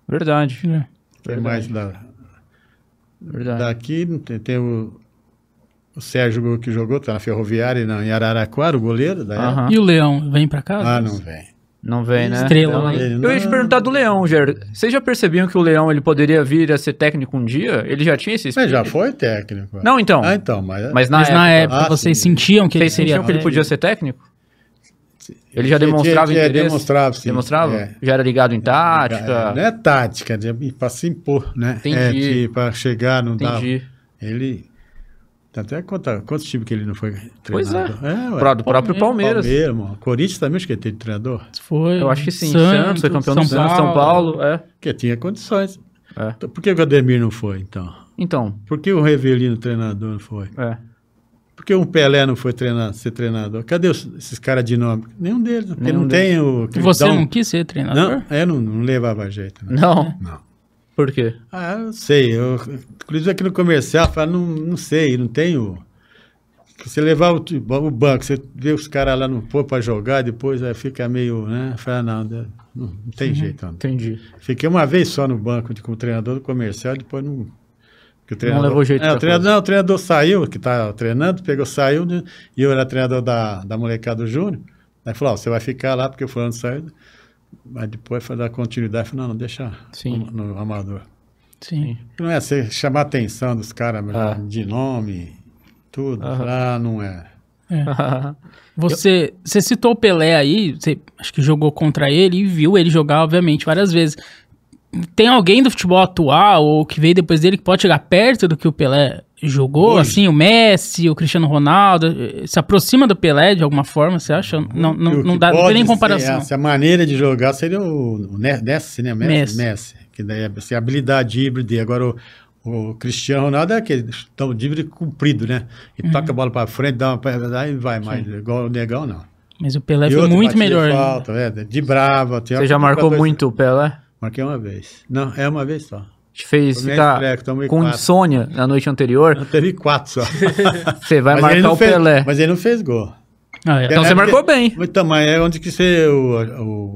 Verdade. É. Tem mais da, Verdade. Daqui tem, tem o, o Sérgio que jogou, tá na Ferroviária, não, em Araraquara, o goleiro da época. Aham. Ah. E o Leão, vem pra cá? Ah, não vem. Não vem, né? Estrela, Então, né? Ele Eu ia te não- perguntar do Leão, Jair. Vocês já percebiam que o Leão ele poderia vir a ser técnico um dia? Ele já tinha esse Mas espírito? já foi técnico. Não, então. Ah, então, mas... Mas na Mas época, na época Ah, vocês sim. sentiam que ele vocês seria. sentiam que ele podia ser técnico? Ele já Tinha- demonstrava tinha- interesse? demonstrava, sim. Demonstrava? É. Já era ligado em tática? É, Não é tática, para se impor, né? Entendi. para chegar, não dá. Entendi. Ele... Até quanto, quantos times que ele não foi treinador? Pois é. ué. Pro- do próprio Palmeiras. mano. Corinthians também, acho que ele teve treinador. Foi. Eu acho que sim. Santos, foi campeão do Santos, São Paulo. É. Porque tinha condições. É. Então, por que o Ademir não foi, então? Então, Por que o Revelino, treinador, não foi? é. Por que um Pelé não foi treinar, ser treinador? Cadê os- esses caras dinâmicos? Nenhum deles. Porque Nenhum não deles. tem o. que Você dá um- não quis ser treinador? Não, é, não, não levava jeito. né? Não. Não. Por quê? Ah, eu sei. Eu, inclusive aqui no comercial, fala, não, não sei, não tenho. Você levar o, ti- o banco, você vê os caras lá no pôr para jogar, depois aí fica meio, né? Fala, não, não, não Uhum. tem jeito. Não. Entendi. Fiquei uma vez só no banco de, como treinador do comercial, depois não. porque o treinador- levou jeito É, o pra treinador, não, o treinador saiu, que estava treinando, pegou, saiu, né, e eu era treinador da, da molecada do Júnior. Aí falou: ó, você vai ficar lá porque o fulano saiu. Mas depois foi dar continuidade. Falei: não, não, deixa Sim. no, no amador. Sim. Não é você chamar a atenção dos caras mas Ah. de nome, tudo. Aham. Falei, Ah, não é. Você, você citou o Pelé aí, você acho que jogou contra ele e viu ele jogar, obviamente, várias vezes. Tem alguém do futebol atual ou que veio depois dele que pode chegar perto do que o Pelé jogou? Hoje? Assim, o Messi, o Cristiano Ronaldo, eh, se aproxima do Pelé de alguma forma, você acha? Não, não, O que não dá não tem pode nem ser comparação. Essa a maneira de jogar seria o, o Ne- Messi, né? Messi, Messi. Messi. Que daí é assim, habilidade híbrida. Agora o, o Cristiano Ronaldo é aquele tão híbrido e comprido, né? E Uhum. toca a bola pra frente, dá uma pra- e vai mais. Igual o Negão, não. Mas o Pelé E foi outro, muito batia melhor. né? Falta, é, de brava. tinha- Você já marcou coisa- muito, Pelé? Marquei uma vez. Não, é uma vez só. Te fez Tomei ficar treco, tomei com quatro. insônia na noite anterior? Eu teve quatro só. Você vai Mas marcar ele não o fez- Pelé. Mas ele não fez gol. Ah, é. Então você É, marcou porque- bem. Então, mas é onde que você. O,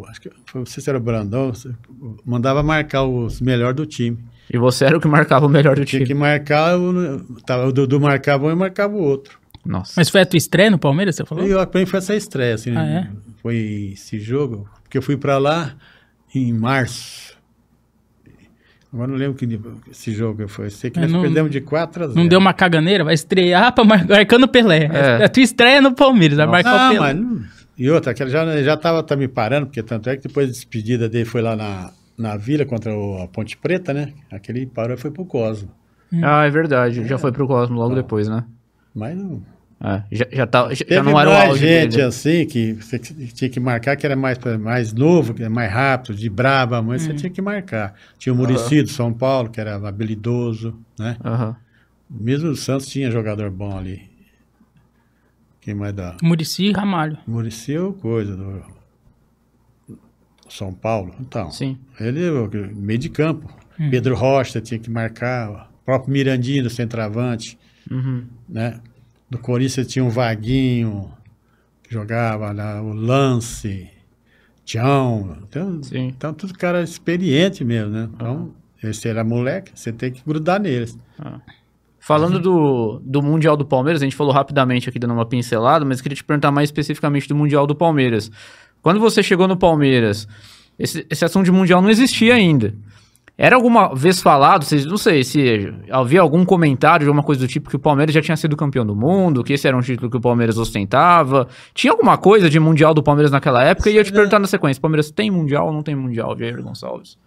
o- acho que foi, não sei se era o Brandão, você mandava marcar os melhores do time. E você era o que marcava o melhor do Tinha time. que marcar, o, tava, o Dudu marcava um e marcava o outro. Nossa. Mas foi a tua estreia no Palmeiras, você falou? E eu, pra mim foi essa estreia, assim. Uhum. Ah, é? Foi esse jogo, porque eu fui pra lá em março. Agora não lembro que nível- esse jogo foi. Sei que É, nós não- perdemos de 4 a 0. Não deu uma caganeira? Vai estrear pra mar... marcando o Pelé. É. A tua estreia é no Palmeiras, vai Nossa. marcar o Não, Pelé. mas não- E outra, aquela já, já tava tá me parando, porque tanto é que depois da despedida dele foi lá na, na vila contra o- a Ponte Preta, né? Aquele parou e foi pro Cosmo. Ah, é verdade. Já foi pro Cosmo logo depois, né? Mas não. É, já, já, tá, já, já Teve não era o mais auge gente dele. assim que você t- tinha que marcar, que era mais, pra- mais novo, que era mais rápido, de brava, mas Hum. você tinha que marcar. Tinha o Murici do São Paulo, que era habilidoso, né? Aham. Mesmo o Santos tinha jogador bom ali. Quem mais dá? Murici e Ramalho. Murici é o coisa do São Paulo. Então, Sim. ele é o meio de campo. Pedro Rocha tinha que marcar, o próprio Mirandinho do centroavante, Uhum. né? Do Corinthians tinha um Vaguinho, que jogava lá, o Lance, Tião. Então, Sim. então tudo cara experiente mesmo, né? Então, esse era moleque, você tem que grudar neles. Falando do, do Mundial do Palmeiras, a gente falou rapidamente aqui dando uma pincelada, mas queria te perguntar mais especificamente do Mundial do Palmeiras. Quando você chegou no Palmeiras, esse, esse assunto de Mundial não existia ainda. Era alguma vez falado, vocês, não sei, se havia algum comentário de alguma coisa do tipo que o Palmeiras já tinha sido campeão do mundo, que esse era um título que o Palmeiras ostentava. Tinha alguma coisa de Mundial do Palmeiras naquela época? E eu ia te perguntar na sequência, Palmeiras tem Mundial ou não tem Mundial, Jair Gonçalves?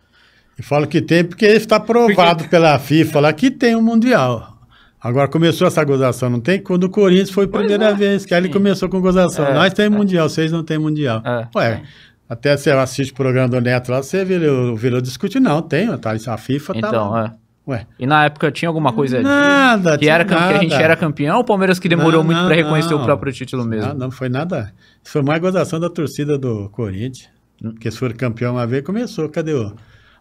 Eu falo que tem porque está provado pela FIFA lá que tem um Mundial. Agora começou essa gozação, não tem? Quando o Corinthians foi a primeira vez, que aí ele começou com gozação. Nós temos Mundial, vocês não têm Mundial. É, Ué, até você assiste o programa do Neto lá, você vê o Vila discutir. Não, tem, tá, a FIFA tá Então, lá. é. Ué, E na época tinha alguma coisa de... nada, Que, era tinha campe... que a gente nada. era campeão, o Palmeiras que demorou Não, muito não, pra reconhecer o não. próprio título mesmo. Não, não foi nada. Foi mais gozação da torcida do Corinthians. Porque se for campeão uma vez, começou. Cadê o.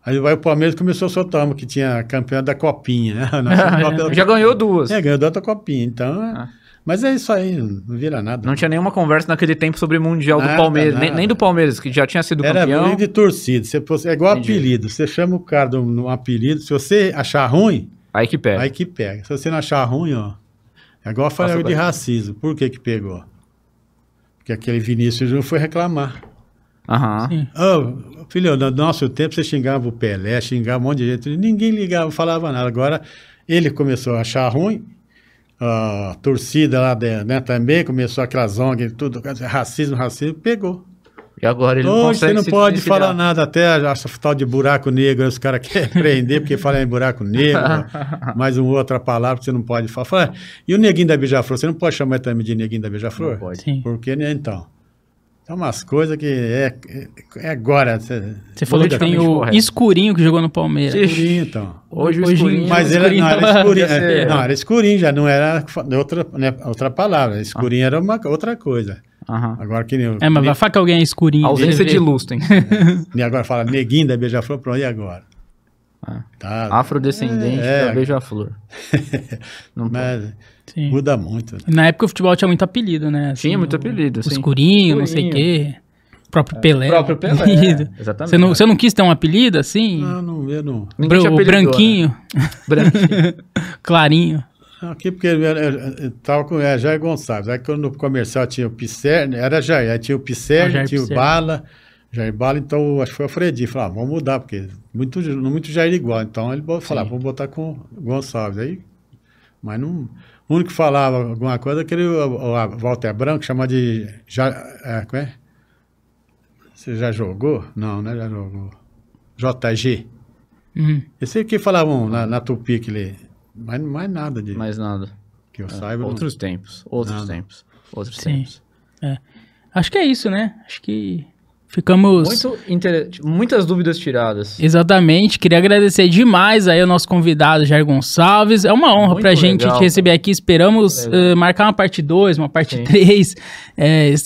Aí vai o Palmeiras começou a soltar uma que tinha campeão da Copinha, né? Nós somos campeão da Já ganhou duas. É, ganhou da outra copinha, então. é- Ah. Mas é isso aí, não vira nada. Não tinha nenhuma conversa naquele tempo sobre Mundial do Nada, Palmeiras, nem, nada. nem do Palmeiras, que já tinha sido Era campeão. bullying de torcida. Você, fosse- é igual Entendi. apelido. Você chama o cara de um, um apelido. Se você achar ruim, Aí que pega. aí que pega. Se você não achar ruim, ó. É igual eu É. Passa falei de batido. racismo. Por que que pegou? Porque aquele Vinícius Júnior foi reclamar. Aham. Sim. Ô, filho, no nosso tempo você xingava o Pelé, xingava um monte de gente, ninguém ligava, falava nada. Agora ele começou a achar ruim, a torcida lá de- né, também começou aquela zonga e tudo, racismo, racismo, pegou. E agora ele não Hoje consegue você não se pode desvencilhar. falar nada, até a- essa tal de buraco negro, os caras querem prender porque falam em buraco negro, mais uma outra palavra que você não pode falar. Fala, "Ah, e o neguinho da Beija-Flor, você não pode chamar ele também de neguinho da Beija-Flor? Não pode. Sim. Porque, né, então. É umas coisas que é, é agora. Você falou que tem o correto. escurinho que jogou no Palmeiras. Sim. escurinho, então. Hoje o Hoje em escurinho... dia- Mas o um ele é- escurinho não, tava- era escurinho, ia é, ser- não, era escurinho, já não era fa- outra, né, outra palavra. Escurinho era uma, outra coisa. Aham. Agora que nem, Ah. É, mas vai falar que alguém é escurinho. A ausência dele, de né? luz tem. nem agora fala neguinho da Beija-Flor, pronto, e agora? Ah. Tá, Afrodescendente É, da é. Beija-Flor. Não pode. mas Sim. muda muito. né? Na época o futebol tinha muito apelido, né? Assim, Tinha muito o- apelido, o sim. escurinho, não sei o quê. O próprio Pelé. É, próprio Pelé, apelido. é, exatamente. Você não, você não quis ter um apelido assim? Não, não, eu não. Ninguém te Bro- apelidou, branquinho, né? Branquinho. clarinho. Aqui porque eu, eu, eu tava com é, Jair Gonçalves. Aí quando no comercial tinha o Pisserni, era Jair, aí tinha o Ah, Pisserni, Jair tinha Pisserni. o Bala, Jair Bala, então acho que foi o Fredi. Falei, ah, vamos mudar, porque muito, ah, muito Jair igual. Então ele falou, vamos botar com o Gonçalves. Aí, mas não, não O único que falava alguma coisa, é aquele o, o a Walter Branco chama de. Já, é, como é? Você já jogou? Não, né? Já jogou. JG. Uhum. Esse que falavam na, na Tupi que ele. Mas mais nada de. Mais nada. que eu É, saiba. não. outros tempos, outros Nada. tempos, outros Sim. tempos. Acho que é isso, né? Acho que ficamos. Muito inter... Muitas dúvidas tiradas. Exatamente, queria agradecer demais aí o nosso convidado Jair Gonçalves. É uma honra Muito pra gente legal, te receber aqui. Esperamos Legal. eh, marcar uma parte 2, uma parte Sim. 3.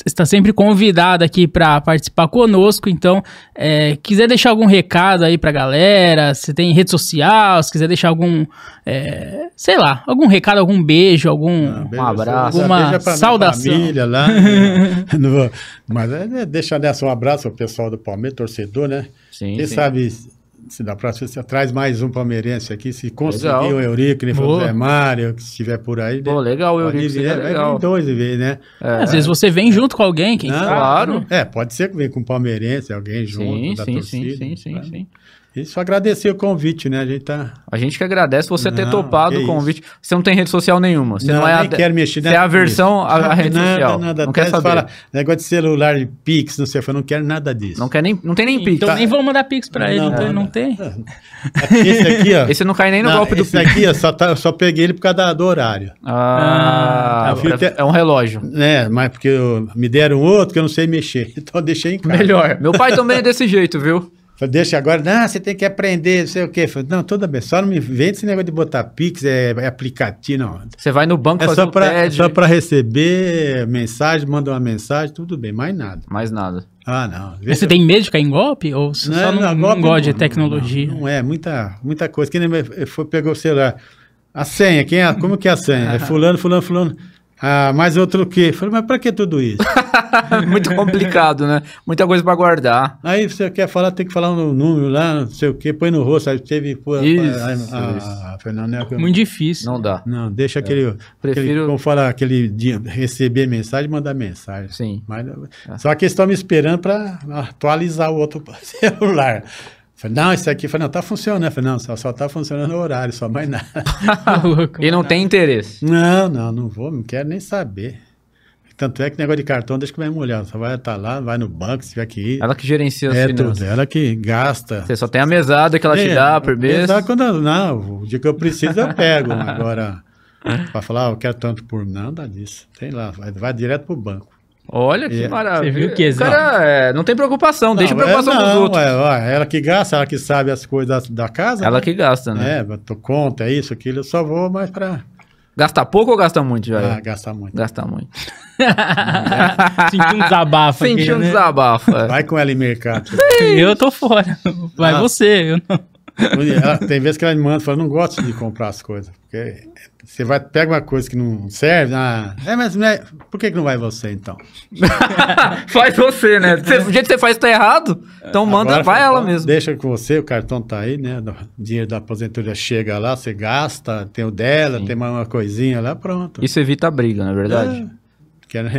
está sempre convidado aqui pra participar conosco. Então, eh, quiser deixar algum recado aí pra galera, se tem rede social, se quiser deixar algum, eh, sei lá, algum recado, algum beijo, algum. Ah, Um abraço. Beija Uma pra minha saudação. família lá. né? Não vou- mas é, é, deixa dessa um abraço ao pessoal do Palmeiras, torcedor, né? Sim, Quem sim. sabe se da próxima você traz mais um palmeirense aqui, se conseguir Legal. o Eurico, nem foi o Boa. Zé Mário, que estiver por aí. Pô, legal, eu né? pode vi vir, é, vai vir legal. dois e ver, né? É, Às vezes você vem junto com alguém, quem Não, sabe? Claro. É, pode ser que venha com palmeirense, alguém junto Sim, da sim, torcida. sim, sim, sim, né? sim. E só agradecer o convite, né? A gente tá. A gente que agradece você ter Não, topado que o isso. convite. Você não tem rede social nenhuma. Você não, é a... nem quero mexer Você é a nada versão disso. à- à rede nada, social. Nada, Não quer Até saber. Fala, negócio de celular, de Pix, não sei, eu falo, não quero nada disso. Não, quer nem... não tem nem pix. Então nem vou mandar pix pra ele, tá. Não, então ele não não. tem? Esse aqui, ó. Esse não cai nem no não, golpe do esse pix. aqui, ó, só, tá- eu só peguei ele por causa da- do horário. Ah, Ah, tá bom. pra- é um relógio. Né, mas porque eu- me deram outro que eu não sei mexer. Então eu deixei em casa. Melhor. Meu pai também é desse jeito, viu? Falei, deixa agora, não, você tem que aprender, não sei o quê. Falei, não, tudo bem, só não me vende esse negócio de botar Pix, é, é aplicativo, não. Você vai no banco É fazer um só o pra, TED, só pra receber mensagem, manda uma mensagem, tudo bem, mais nada. mais nada. Ah, não. Mas Você tem medo de cair em golpe? Ou você só não, não golpe gosta de não, tecnologia? Não, não é, muita, muita coisa. Que nem me- foi, pegou o celular. A senha, quem é? Como que é a senha? É fulano, fulano, fulano. Ah, mais outro que? Falei, mas pra que tudo isso? Muito complicado, né? Muita coisa pra guardar. Aí você quer falar, tem que falar um número lá, não sei o quê, põe no rosto. Aí teve. Pô, Isso, a, isso. a, a Fernanda, que eu- É Muito difícil. Não dá. Não, deixa aquele. É. prefiro- aquele como fala, aquele de receber mensagem, mandar mensagem. Sim. Ah. Mas, Só que eles estão me esperando para atualizar o outro celular. Falei, não, isso aqui. Falei, não, tá funcionando. Falei, não, só, só tá funcionando o horário, só mais nada. Tá louco. E não tem interesse. não, não, não vou, não quero nem saber. Tanto é que negócio de cartão, deixa que minha mulher, só vai estar lá, vai no banco, se tiver que ir. Ela que gerencia as é finanças. tudo, ela que gasta. Você só tem a mesada que ela te É, dá por mês. apesar quando eu- não, o dia que eu preciso eu pego. Agora, pra falar, "Ah, eu quero tanto por nada disso. Tem lá, vai, vai direto pro banco. Olha que É. maravilha. Você viu que o cara é, não tem preocupação, deixa Não, preocupação é, com os não, outros. é, ó, ela que gasta, ela que sabe as coisas da casa. Ela que gasta, né? né? É, tu conta, é isso, aquilo, eu só vou mais pra Gasta pouco ou gasta muito, pra Jair? gastar muito. Gasta muito. Senti um desabafo aqui, Senti um né? desabafo. é. Vai com ela em mercado. Eu tô fora. Vai Ah. você. eu não. Ela- tem vezes que ela me manda, fala, não gosto de comprar as coisas. Porque você vai, pega uma coisa que não serve, ah, é, mas né, por que, que não vai você então? faz você, né? Você- o jeito que você faz tá errado, então manda, Agora, vai fala, ela "Então, mesmo. Deixa com você, o cartão tá aí, né? O dinheiro da aposentadoria chega lá, você gasta, tem o dela, tem mais uma coisinha lá, pronto. Isso evita a briga, na verdade. É, quero-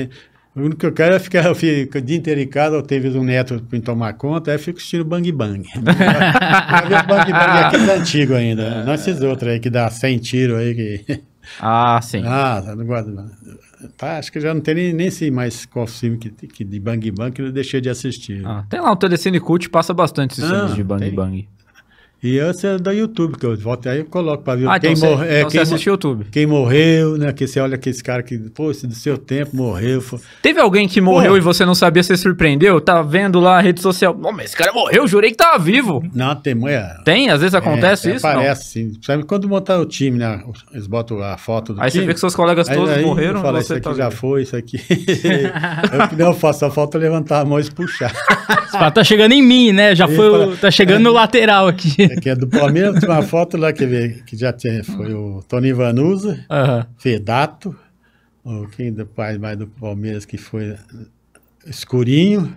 o único que eu quero é ficar eu fico o dia inteiro em casa, ou tem vezes um neto pra me tomar conta, aí eu fico assistindo Bang Bang. Pra ver o É, bang Bang aqui é antigo ainda. né? Não esses outros aí que dá 100 tiros aí que... Ah, sim. Ah, tá, não guardo não. Tá, acho que já não tem nem, nem sei mais qual filme que, que de Bang Bang que eu deixei de assistir. Ah, tem lá o Telecine Cult, passa bastante esses Ah, filmes de Bang tem. Bang. E esse é do YouTube, que eu volto aí eu coloco pra ver Ah, quem, então, você, morre- é, então você quem, mo- assiste YouTube. quem morreu, né? Que você olha aqueles caras que, pô, esse do seu tempo morreu. Foi... Teve alguém que morreu Pô. e você não sabia, você surpreendeu? Tá vendo lá a rede social. Ô, mas esse cara morreu, jurei que tava vivo. Não, tem mulher. Tem? Às vezes acontece É, isso? não? Aparece, sim. Sabe quando montar o time, né? Eles botam a foto do Aí time. você vê que seus colegas todos eu morreram falo, e isso você aqui tá já vivo. foi, isso aqui. é o que não faço, só falta levantar a mão e puxar. Esse papo tá chegando em mim, né? Já Eu ia foi. o- falar- Tá chegando no lateral aqui. É que é do Palmeiras, tem uma foto lá que, veio, que já tinha, foi o Tony Vanusa, Aham. Fedato, o quem do pai mais do Palmeiras que foi Escurinho,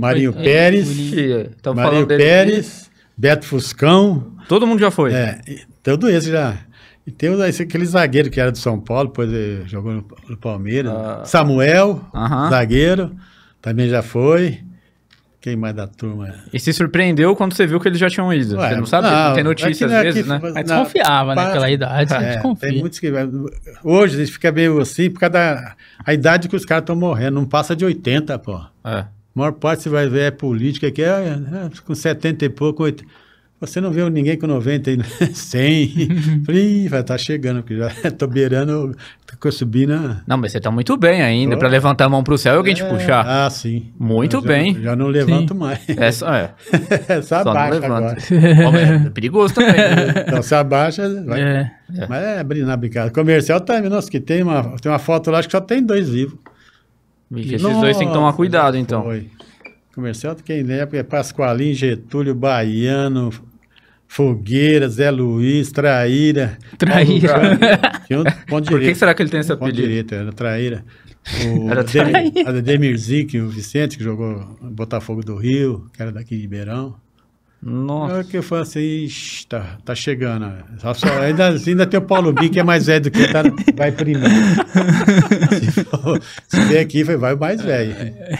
Marinho Pérez, Ih, tamo Marinho falando dele Pérez, Beto Fuscão, aqui. Todo mundo já foi. É, e todo esse já. E tem os- esse- aquele zagueiro que era do São Paulo, depois eh, jogou no, no Palmeiras. Ah. Samuel, Aham. zagueiro, também já foi. Quem mais da turma? E se surpreendeu quando você viu que eles já tinham ido. Ué, você não sabe, não, tem notícia aqui não é às vezes, que- né? Mas na- desconfiava, né? passa- Pela idade, É, desconfia. Tem muitos que. Hoje a gente fica meio assim por causa da a idade que os caras estão morrendo. Não passa de 80, pô. A É. maior parte você vai ver é política que é, é, com 70 e pouco, 80. Você não vê ninguém com 90, e 100. Falei, "Ih, vai estar chegando, porque já estou beirando, estou subindo. a- Não, mas você tá muito bem ainda, Tô. pra levantar a mão pro céu e alguém te É, puxar. Ah, sim. Muito Eu já- bem. Já não levanto mais. É só, é, só só não abaixa levanta. agora. Ó, mas é perigoso também. né? Então, se abaixa, vai. É. Mas é brin- na brincadeira. Comercial também, nossa, que tem uma, tem uma foto lá acho que só tem dois vivos. Vixe, esses dois têm que tomar Nossa, cuidado, já então. foi. Comercial, quem lembra, é Pascoalim, Getúlio, Baiano, Fogueira, Zé Luiz, Traíra. Traíra. Tinha um ponto Por que, que direito. será que ele tem esse Ponto apelido? direito, era Traíra. O Era Ademir- Traíra. Ademir Zic, o Vicente, que jogou no Botafogo do Rio, que era daqui de Ribeirão. Nossa. Olha que eu falo assim, "Ixi, tá, tá chegando. né? Só- só- ainda, ainda tem o Paulo Bi, que é mais velho do que tá, vai primeiro. se, for, se vier aqui, vai, vai o mais velho.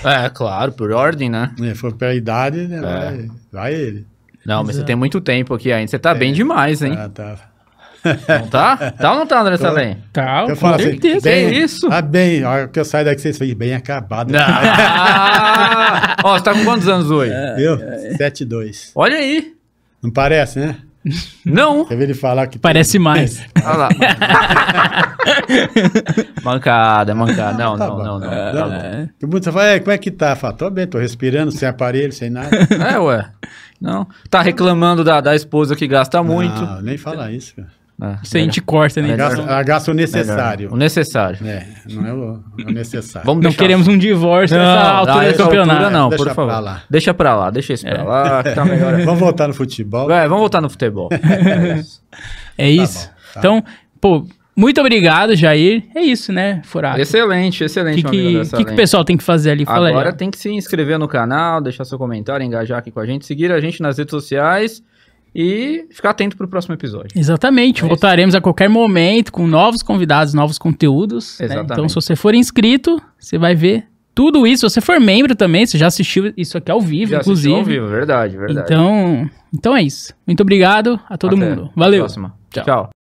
É, claro, por ordem, né? Se for pela idade, né, É. vai, vai ele. Não, mas você tem muito tempo aqui ainda. Você tá bem demais, hein? Ah, tá. Não tá? Tá ou não tá, André Salem? Tá, Eu com falo assim, certeza. bem, Que isso? Ah, bem, a hora que eu saio daqui, vocês falam, "Ih, bem acabado. né? Ah! Ó, você tá com quantos anos hoje? Viu? 7-2. Olha aí. Não parece, né? Não. Quer ver ele falar que. Parece mais. Olha lá. mancada, é mancada. Não, Tá não, bom. não, não. É, Tá bom. Que muita fala, "É, como é que tá? Fala, tô bem, tô respirando, sem aparelho, sem nada. É, ué. Não. Tá reclamando da, da esposa que gasta muito. É, Não, nem falar isso, cara. Ah, Isso a melhor, gente corta, né? Gasta, Não, ela gasta o melhor. necessário. O necessário. É, não é o, o necessário. Vamos não deixar. queremos um divórcio Não, nessa a altura do essa campeonato. altura não, Deixa por pra favor. lá. É. Deixa pra lá, deixa isso pra lá, que tá melhor. Vamos voltar no futebol. Vai, vamos voltar no futebol. É isso. É isso. bom, tá. Então, pô, muito obrigado, Jair. É isso, né, Furado? O Excelente, que, excelente, meu amigo que, André que que o Salem. pessoal tem que fazer ali? Fala Agora aí. tem que se inscrever no canal, deixar seu comentário, engajar aqui com a gente, seguir a gente nas redes sociais e ficar atento pro próximo episódio. Exatamente, É voltaremos a qualquer momento com novos convidados, novos conteúdos. né? Exatamente. Então, se você for inscrito, você vai ver tudo isso. Se você for membro também, você já assistiu isso aqui ao vivo, Já assistiu inclusive. ao vivo, verdade, verdade. Então, então é isso. Muito obrigado a todo Até mundo. a Valeu. Próxima. Tchau. Tchau.